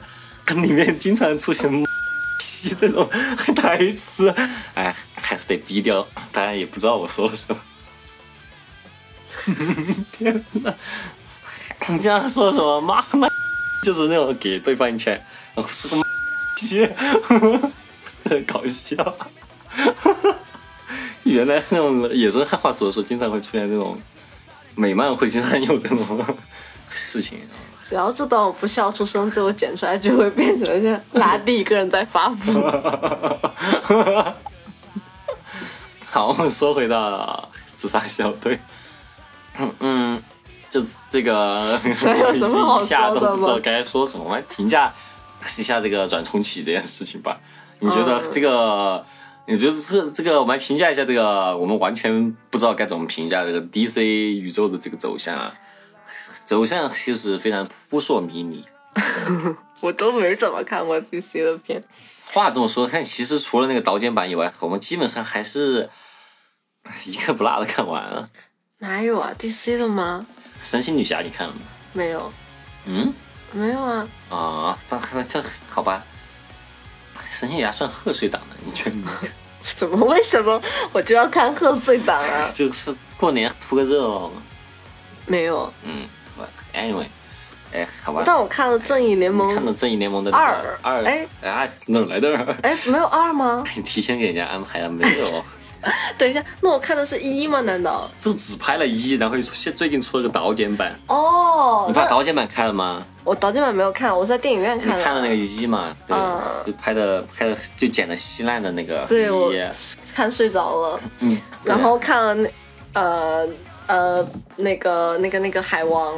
[SPEAKER 2] 里面经常出现 屁这种台词，哎，还是得逼掉。当然也不知道我说了什么。 天哪！你这样说什么？妈妈就是那种给对方一拳，然后是个屁，很 搞笑。原来那种野生汉化组的时候，经常会出现这种美漫会经常有这种事情。啊
[SPEAKER 3] 只要这段我不笑出声，最后剪出来就会变成像拉蒂一个人在发疯。
[SPEAKER 2] 好，我们说回到自杀小队，嗯嗯，就这个
[SPEAKER 3] 还有什么好说的吗
[SPEAKER 2] 一下都不知道该说什么，我们评价一下这个转重启这件事情吧。你觉得
[SPEAKER 3] 嗯
[SPEAKER 2] 这个？你觉得这这个？我们来评价一下这个，我们完全不知道该怎么评价这个 DC 宇宙的这个走向啊，走向就是非常扑朔迷离。
[SPEAKER 3] 我都没怎么看过 DC 的片，
[SPEAKER 2] 话这么说，但其实除了那个导剪版以外，我们基本上还是一个不落的看完了。
[SPEAKER 3] 哪有啊？DC 的吗？
[SPEAKER 2] 神奇女侠你看了吗？
[SPEAKER 3] 没有，
[SPEAKER 2] 嗯
[SPEAKER 3] 没有啊。
[SPEAKER 2] 啊，那那这好吧，神奇女侠算贺岁档的，你觉得呢？
[SPEAKER 3] 怎么？为什么我就要看贺岁档 啊？
[SPEAKER 2] 就是过年图个热闹嘛。
[SPEAKER 3] 没有，啊
[SPEAKER 2] 嗯，好吧，anyway，哎，好吧。
[SPEAKER 3] 但我看了《正义联盟
[SPEAKER 2] 你看到》。正义联盟的那个
[SPEAKER 3] 二
[SPEAKER 2] 二
[SPEAKER 3] 哎
[SPEAKER 2] 啊哪儿来的？
[SPEAKER 3] 哎，没有二吗？
[SPEAKER 2] 你提前给人家安排了没 有？
[SPEAKER 3] 等一下，那我看的是一吗？难道？
[SPEAKER 2] 就只拍了一，然后又出现最近出了个导剪版。
[SPEAKER 3] 哦
[SPEAKER 2] 你，把
[SPEAKER 3] 那
[SPEAKER 2] 导剪版看了吗？
[SPEAKER 3] 我导演版没有看，我在电影院
[SPEAKER 2] 你
[SPEAKER 3] 看的。
[SPEAKER 2] 看了那个一嘛？对，
[SPEAKER 3] 嗯
[SPEAKER 2] 就拍的拍的就剪的稀烂的那个
[SPEAKER 3] 对我
[SPEAKER 2] 一。
[SPEAKER 3] 看睡着了，
[SPEAKER 2] 嗯，
[SPEAKER 3] 然后看了那呃呃那个那个那个海王，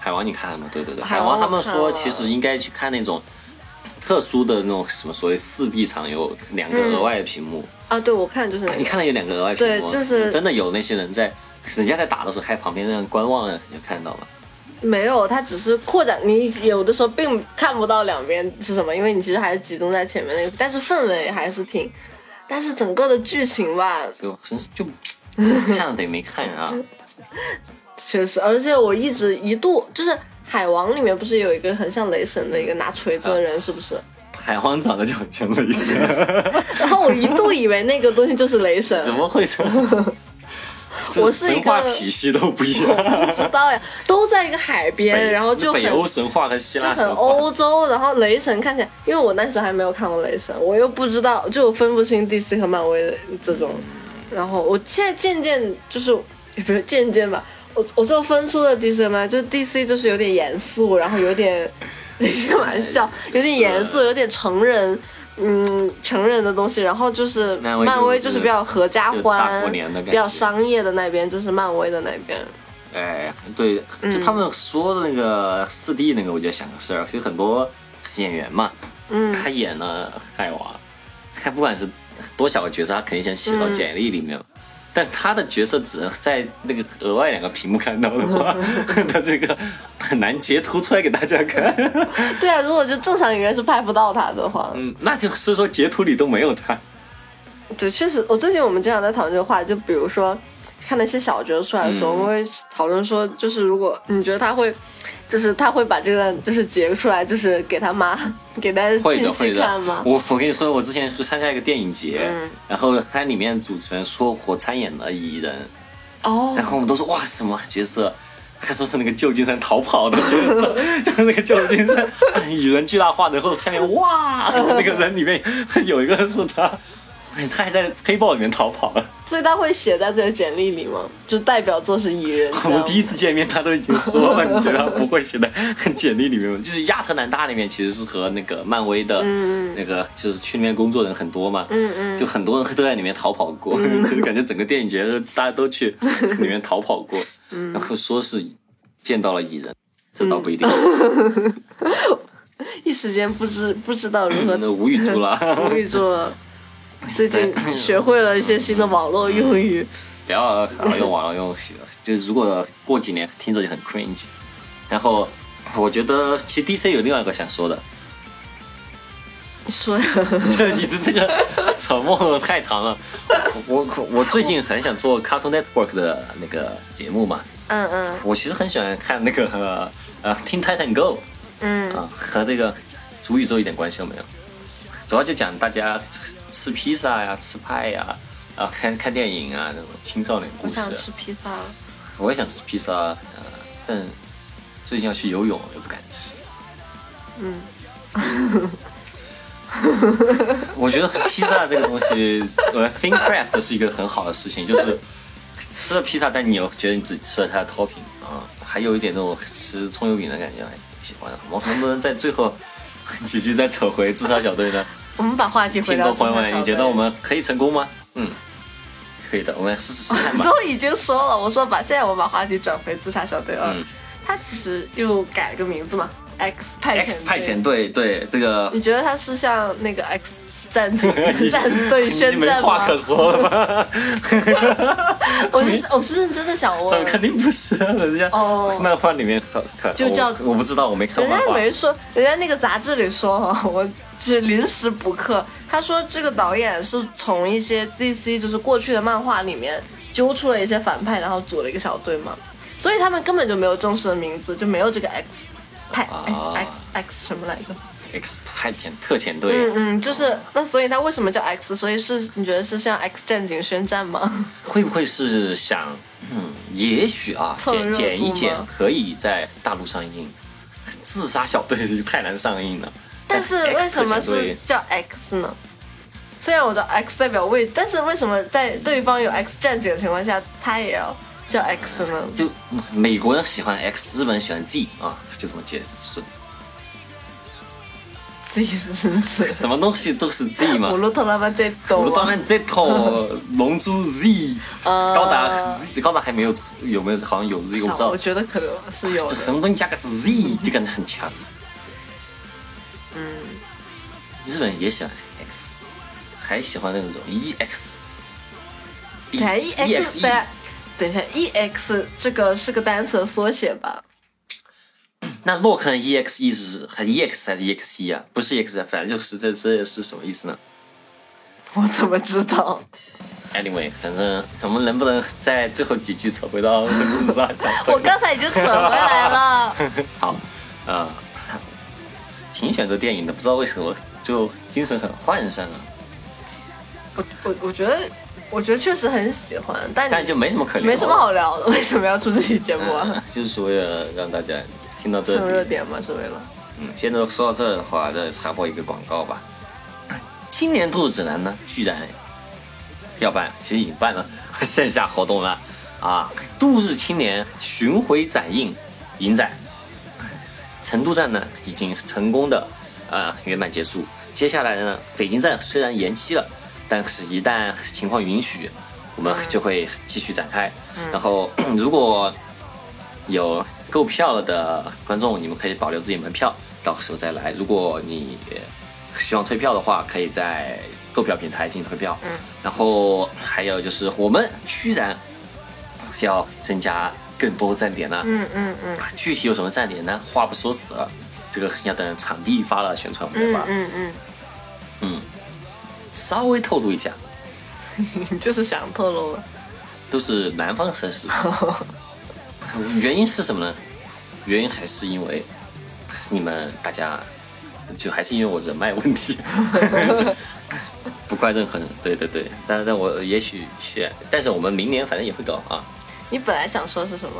[SPEAKER 2] 海王你看了吗？对对对，
[SPEAKER 3] 海
[SPEAKER 2] 海
[SPEAKER 3] 王
[SPEAKER 2] 王他们
[SPEAKER 3] 我看了
[SPEAKER 2] 说其实应该去看那种特殊的那种什么所谓四 D 场，有两个额外的屏幕。
[SPEAKER 3] 啊，对我看的就是那
[SPEAKER 2] 你
[SPEAKER 3] 个，
[SPEAKER 2] 看了有两个额外屏幕，
[SPEAKER 3] 对就是
[SPEAKER 2] 真的有那些人在人家在打的时候还旁边那样观望了，你就看到了。
[SPEAKER 3] 没有，它只是扩展，你有的时候并看不到两边是什么，因为你其实还是集中在前面那个，但是氛围还是挺，但是整个的剧情吧，
[SPEAKER 2] 就真是就看了等于没看 啊。
[SPEAKER 3] 确实，而且我一直一度就是海王里面不是有一个很像雷神的一个拿锤子的人，是 不是？
[SPEAKER 2] 海王长得就很像雷 神，
[SPEAKER 3] 然后我一度以为那个东西就是雷神，
[SPEAKER 2] 怎么会这 样？这
[SPEAKER 3] 我是一个
[SPEAKER 2] 神话体系都不一样，
[SPEAKER 3] 知道呀？都在一个海边，
[SPEAKER 2] 北
[SPEAKER 3] 嗯然后就很
[SPEAKER 2] 北欧神话和希
[SPEAKER 3] 就
[SPEAKER 2] 腊
[SPEAKER 3] 很
[SPEAKER 2] 神话，
[SPEAKER 3] 欧洲，然后雷神看起来，因为我那时候还没有看过雷神，我又不知道，就分不清 DC 和漫威的这种。
[SPEAKER 2] 嗯
[SPEAKER 3] 然后我现在渐渐就是，也不是渐渐吧，我我最后分出了 DC 和漫威，就 DC 就是有点严肃，然后 有点开玩笑，有点严肃，有点成人。嗯，成人的东西，然后就是
[SPEAKER 2] 漫威就
[SPEAKER 3] 漫威就是比较合家
[SPEAKER 2] 就大
[SPEAKER 3] 欢
[SPEAKER 2] 过年的，感觉
[SPEAKER 3] 比较商业的那边就是漫威的那边。
[SPEAKER 2] 哎，对，
[SPEAKER 3] 嗯
[SPEAKER 2] 就他们说的那个四 D 那个，我就想个事儿，就很多演员嘛，
[SPEAKER 3] 嗯
[SPEAKER 2] 他演了海王，他不管是多小个角色，他肯定想
[SPEAKER 3] 嗯
[SPEAKER 2] 写到简历里面嘛。但他的角色只能在那个额外两个屏幕看到的 话，他这个很难截图出来给大家 看。
[SPEAKER 3] 对啊，如果就正常影院是拍不到他的话，
[SPEAKER 2] 嗯，那就是说截图里都没有他。
[SPEAKER 3] 对，确实，我最近我们经常在讨论这个话题，就比如说看那些小角色出来的时候，
[SPEAKER 2] 嗯
[SPEAKER 3] 我们会讨论说，就是如果你觉得他会，就是他会把这个就是截出来，就是给他妈给他
[SPEAKER 2] 会的，
[SPEAKER 3] 亲
[SPEAKER 2] 会
[SPEAKER 3] 戚
[SPEAKER 2] 的
[SPEAKER 3] 看吗。？
[SPEAKER 2] 我我跟你说，我之前去参加一个电影节，
[SPEAKER 3] 嗯
[SPEAKER 2] 然后它里面主持人说我参演了蚁人，
[SPEAKER 3] 哦
[SPEAKER 2] 然，后我们都说哇什么角色？他说是那个旧金山逃跑的角 色，就是那个旧金山蚁人巨大化然后下面哇，那个人里面有一个人是他，哎他还在黑豹里面逃跑了。
[SPEAKER 3] 所以他会写在自己的简历里吗？就代表作是蚁人
[SPEAKER 2] 我
[SPEAKER 3] 这
[SPEAKER 2] 们
[SPEAKER 3] 样。
[SPEAKER 2] 第一次见面他都已经说了，你觉得他不会写在简历里面吗？就是亚特兰大那边其实是和那个漫威的那个就是去那边工作的人很多嘛，
[SPEAKER 3] 嗯嗯，
[SPEAKER 2] 就很多人都在里面逃跑过， 就是感觉整个电影节大家都去里面逃跑过，
[SPEAKER 3] 嗯
[SPEAKER 2] 然后说是见到了蚁人，这倒不一定，
[SPEAKER 3] 嗯一时间不知不知道如何
[SPEAKER 2] 那无语住了。
[SPEAKER 3] 无语住了。最近学会了一些新的网络用语，
[SPEAKER 2] 不要老用网络用语了，就是如果过几年听着就很 cringe。然后我觉得其实 DC 有另外一个想说的，
[SPEAKER 3] 你说呀，
[SPEAKER 2] 你的这个沉默太长了。我我我最近很想做 Cartoon Network 的那个节目嘛，
[SPEAKER 3] 嗯嗯
[SPEAKER 2] 我其实很喜欢看那个呃呃《Teen Titan Go》
[SPEAKER 3] 嗯，
[SPEAKER 2] 啊，和这个主宇宙一点关系都没有，主要就讲大家吃吃披萨呀、吃派呀、啊看看电影啊那种青少年
[SPEAKER 3] 我
[SPEAKER 2] 故事。啊
[SPEAKER 3] 想吃披萨了。
[SPEAKER 2] 我也想吃披萨，呃，但最近要去游泳，又不敢吃。
[SPEAKER 3] 嗯。
[SPEAKER 2] 我觉得披萨这个东西，我 think crest 是一个很好的事情，就是吃了披萨，但你又觉得你只吃了它的 topping 啊，还有一点那种吃葱油饼的感觉，还挺喜欢的。我们能不能在最后几句再扯回自杀小队呢？
[SPEAKER 3] 我们把话题回
[SPEAKER 2] 听
[SPEAKER 3] 到
[SPEAKER 2] 众
[SPEAKER 3] 自
[SPEAKER 2] 朋友
[SPEAKER 3] 杀
[SPEAKER 2] 们，
[SPEAKER 3] 小
[SPEAKER 2] 你觉
[SPEAKER 3] 队
[SPEAKER 2] 得我们可以成功吗？嗯，可以的，我们试试看吧。
[SPEAKER 3] 都已经说了，我说把现在我把话题转回自杀小队二、
[SPEAKER 2] 嗯
[SPEAKER 3] 他其实又改了个名字嘛，X 派遣
[SPEAKER 2] X 派遣
[SPEAKER 3] 队。
[SPEAKER 2] 队，对这个
[SPEAKER 3] 你觉得他是像那个 X 战警战队宣
[SPEAKER 2] 你没
[SPEAKER 3] 战
[SPEAKER 2] 话
[SPEAKER 3] 吗
[SPEAKER 2] 可？说了吧？
[SPEAKER 3] 我是我是认真的想
[SPEAKER 2] 这
[SPEAKER 3] 问，
[SPEAKER 2] 肯定不是啊，人家
[SPEAKER 3] 哦
[SPEAKER 2] 漫画里面可可
[SPEAKER 3] 就叫
[SPEAKER 2] 我我不知道，我没看
[SPEAKER 3] 人
[SPEAKER 2] 漫
[SPEAKER 3] 家
[SPEAKER 2] 画。
[SPEAKER 3] 没说，人家那个杂志里说了，我就是临时补课。他说这个导演是从一些 DC 就是过去的漫画里面揪出了一些反派，然后组了一个小队嘛，所以他们根本就没有正式的名字，就没有这个 X 派、
[SPEAKER 2] 啊
[SPEAKER 3] X X 什么来着？
[SPEAKER 2] X 探险特遣队，
[SPEAKER 3] 嗯嗯，就是那，所以他为什么叫 X？所以是你觉得是像 X 战警宣战吗？
[SPEAKER 2] 会不会是想，嗯，也许啊，
[SPEAKER 3] 凑
[SPEAKER 2] 剪
[SPEAKER 3] 热
[SPEAKER 2] 剪一
[SPEAKER 3] 度
[SPEAKER 2] 剪
[SPEAKER 3] 吗
[SPEAKER 2] 可以在大陆上映，自杀小队是太难上映了。
[SPEAKER 3] 但是
[SPEAKER 2] X
[SPEAKER 3] 为什么
[SPEAKER 2] 特遣队
[SPEAKER 3] 是叫 X 呢？虽然我知道 X 代表位，但是为什么在对方有 X 战警的情况下，他也要叫 X 呢？
[SPEAKER 2] 就嗯美国人喜欢 X，日本人喜欢 Z 啊，就这么解释，
[SPEAKER 3] 自己是神子，
[SPEAKER 2] 什么东西都是 Z 嘛
[SPEAKER 3] 葫。芦头他妈最
[SPEAKER 2] 我
[SPEAKER 3] 懂
[SPEAKER 2] 们当
[SPEAKER 3] 啊。
[SPEAKER 2] 然 Z，龙珠 Z，
[SPEAKER 3] 呃
[SPEAKER 2] 高达 Z，高达还没有有没有好像有 Z 我不知
[SPEAKER 3] 我
[SPEAKER 2] 道，
[SPEAKER 3] 觉得可能是有
[SPEAKER 2] 就
[SPEAKER 3] 的。
[SPEAKER 2] 什么东西加个 Z 就感觉很强。嗯，日本人也喜欢 X，还喜欢那种 E EX。
[SPEAKER 3] 等
[SPEAKER 2] ，E
[SPEAKER 3] 一下 EX，等一下，啊等一下，EX 这个是个单词的缩写吧？
[SPEAKER 2] 那洛克的 EXE E 是还 EX 还是 EXE 啊？不是 EX，反正就是这这是什么意思呢
[SPEAKER 3] 我怎么知道？
[SPEAKER 2] ？Anyway，反正我们能不能在最后几句扯回到自杀小队
[SPEAKER 3] 我刚才已经扯回来了。
[SPEAKER 2] 好，呃，挺喜欢这电影的，不知道为什么就精神很涣散啊，
[SPEAKER 3] 我我我觉得，我觉得确实很喜欢，但
[SPEAKER 2] 但就没什么可聊，
[SPEAKER 3] 没什么。好聊的，为什么要出这期节目
[SPEAKER 2] 嗯
[SPEAKER 3] 啊？，
[SPEAKER 2] 就是为了让大家听到
[SPEAKER 3] 蹭热
[SPEAKER 2] 这里。
[SPEAKER 3] 点嘛，是为了
[SPEAKER 2] 嗯，现在说到这儿的话，再插播一个广告吧。今年度指南呢，居然要办，其实已经办了 线下活动了啊！度日青年巡回展映影展，成都站呢已经成功的呃圆满结束。接下来呢，北京站虽然延期了，但是一旦情况允许，我们就会继续展开。然后 如果有购票了的观众，你们可以保留自己门票，到时候再来。如果你希望退票的话，可以在购票平台进行退票。
[SPEAKER 3] 嗯
[SPEAKER 2] 然后还有就是我们居然要增加更多站点呢。
[SPEAKER 3] 嗯嗯嗯
[SPEAKER 2] 具体有什么站点呢？话不说死了，这个要等场地发了宣传我们再
[SPEAKER 3] 嗯
[SPEAKER 2] 发。
[SPEAKER 3] 嗯
[SPEAKER 2] 嗯，稍微透露一下，
[SPEAKER 3] 嗯，就是想透露了。
[SPEAKER 2] 都是南方城市。 原因是什么呢？原因还是因为你们大家，就还是因为我人脉问题， 不怪任何人。对对对，但但我也许是，但是我们明年反正也会搞啊。
[SPEAKER 3] 你本来想说是什么？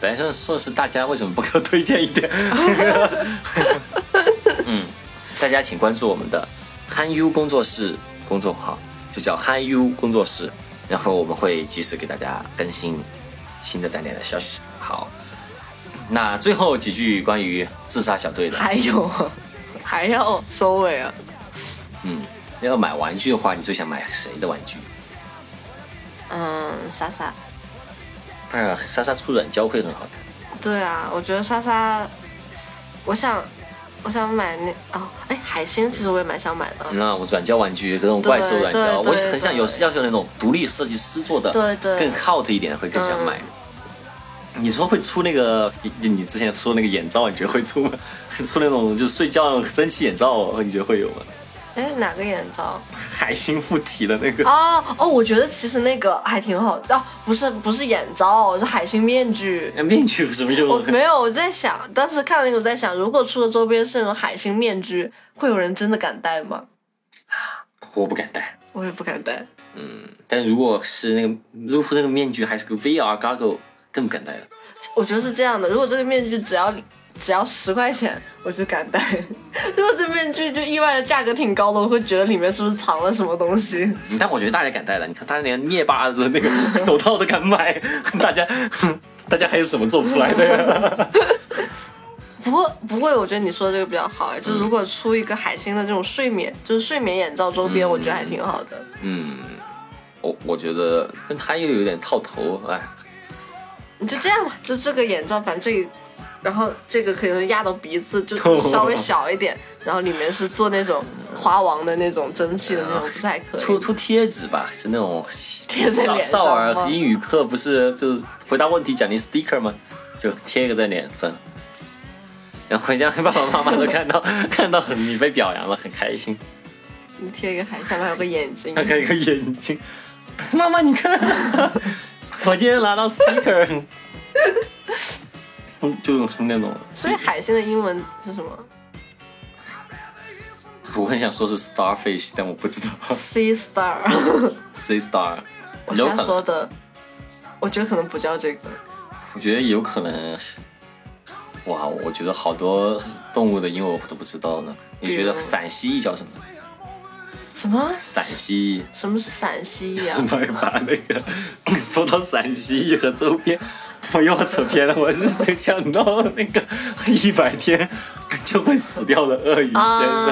[SPEAKER 2] 本来想说是大家为什么不给我推荐一点？ 嗯，大家请关注我们的憨 U 工作室公众号，就叫憨 U 工作室，然后我们会及时给大家更新新的站点的消息。好，那最后几句关于自杀小队的，
[SPEAKER 3] 还有啊，还要收尾啊？
[SPEAKER 2] 嗯，要买玩具的话，你最想买谁的玩具？
[SPEAKER 3] 嗯，莎莎。
[SPEAKER 2] 呃，莎莎出软胶会很好看。
[SPEAKER 3] 对啊，我觉得莎莎，我想，我想买那哦，哎，海星其实我也蛮想买的。
[SPEAKER 2] 那我软胶玩具，各种怪兽软胶，
[SPEAKER 3] 对
[SPEAKER 2] 我
[SPEAKER 3] 对
[SPEAKER 2] 很想有要求那种独立设计师做的，
[SPEAKER 3] 对嗯对
[SPEAKER 2] 更 cult 一点会更想买。你说会出那个，你你之前说那个眼罩，你觉得会出吗？ 出那种就是睡觉那种蒸汽眼罩，你觉得会有吗？
[SPEAKER 3] 哎，哪个眼罩？
[SPEAKER 2] 海星附体的那个，
[SPEAKER 3] 哦哦，我觉得其实那个还挺好的。哦，不是不是眼罩，是海星面具。
[SPEAKER 2] 面具有什么
[SPEAKER 3] 我
[SPEAKER 2] 用？啊
[SPEAKER 3] 哦没有，我在想，当时看那个，我在想，如果出了周边是那种海星面具，会有人真的敢戴吗？
[SPEAKER 2] 我不敢戴。
[SPEAKER 3] 我也不敢戴。
[SPEAKER 2] 嗯，但如果是那个，如果那个面具还是个 VR goggle，更不敢戴了。
[SPEAKER 3] 我觉得是这样的，如果这个面具只要只要十块钱，我就敢戴； 如果这面具就意外的价格挺高的，我会觉得里面是不是藏了什么东西？
[SPEAKER 2] 但我觉得大家敢戴的，你看他连灭霸的那个 手套都敢买， 大家大家还有什么做不出来的呀？
[SPEAKER 3] 不过不过，我觉得你说的这个比较好，哎，就是如果出一个海星的这种睡眠，就是睡眠眼罩周边，我觉得还挺好的。
[SPEAKER 2] 嗯，我我觉得，但他又有点套头，哎，
[SPEAKER 3] 你就这样 吧，就这个眼罩，反正这个，然后这个可能压到鼻子， 就稍微小一点，然后里面是做那种花王的那种蒸汽的 那种，不是还可
[SPEAKER 2] 啊出
[SPEAKER 3] 以？
[SPEAKER 2] 出贴纸吧，是那种
[SPEAKER 3] 贴在
[SPEAKER 2] 少
[SPEAKER 3] 脸上
[SPEAKER 2] 少儿
[SPEAKER 3] 吗
[SPEAKER 2] 英语课不是就是回答问题奖励 sticker 吗？就贴一个在脸上，然后回家爸爸妈妈都看到 看到很你被表扬了，很开心，
[SPEAKER 3] 你贴一个海，下面还有个眼睛
[SPEAKER 2] 他，看一个眼睛。妈妈你看，我今天拿到 sticker，嗯就是那种，
[SPEAKER 3] 所以海星的英文是什么
[SPEAKER 2] 我很想说是 starfish，但我不知道
[SPEAKER 3] ？Sea Star，
[SPEAKER 2] C star，
[SPEAKER 3] 我
[SPEAKER 2] 有
[SPEAKER 3] 瞎
[SPEAKER 2] 可能
[SPEAKER 3] 说的。我觉得可能不叫这个，
[SPEAKER 2] 我觉得有可能是，哇，我觉得好多动物的英文我都不知道呢。你觉得
[SPEAKER 3] 比如
[SPEAKER 2] 陕西叫什么？
[SPEAKER 3] 什么
[SPEAKER 2] 陕西
[SPEAKER 3] 什么是陕西 呀、
[SPEAKER 2] 怎么把那个 说到陕西和周边，我又要扯偏了。我是想到那个一百天就会死掉的鳄鱼先生，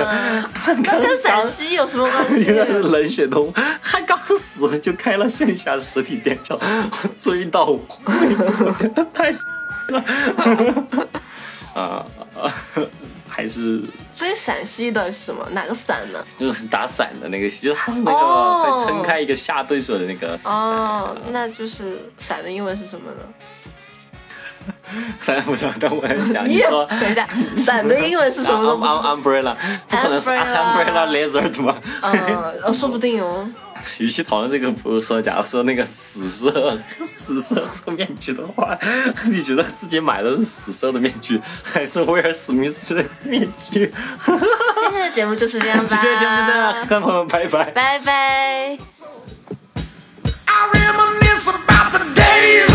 [SPEAKER 3] 啊，
[SPEAKER 2] 他 刚
[SPEAKER 3] 跟陕西有什么关系
[SPEAKER 2] 因？为冷血动物，他刚死就开了线下实体店，叫 追悼会， 太了 啊！啊还是
[SPEAKER 3] 所以陕西的是什么？哪个伞呢？
[SPEAKER 2] 就是打伞的那个，其实他是那
[SPEAKER 3] 哦
[SPEAKER 2] 个会撑开一个下对手的那个，
[SPEAKER 3] 哦，那就是伞的英文是什么呢？
[SPEAKER 2] 虽然不知道，但我很想你
[SPEAKER 3] 也
[SPEAKER 2] 说。
[SPEAKER 3] 等一 下，伞的英文是什么都不知道。
[SPEAKER 2] 啊 um- um- umbrella，不可能是啊
[SPEAKER 3] Umbrella
[SPEAKER 2] umbrella 哦 lizard 吧？
[SPEAKER 3] 嗯，呃说不定哦。
[SPEAKER 2] 与其讨论这个，不如说，假如说那个死色死色做面具的话， 你觉得自己买的是死色的面具，还是威尔史密斯的面具？
[SPEAKER 3] 今天的节目就是 这样吧，
[SPEAKER 2] 今天节目就这样，看朋友们，拜拜。
[SPEAKER 3] 拜拜。
[SPEAKER 1] I reminisce about the days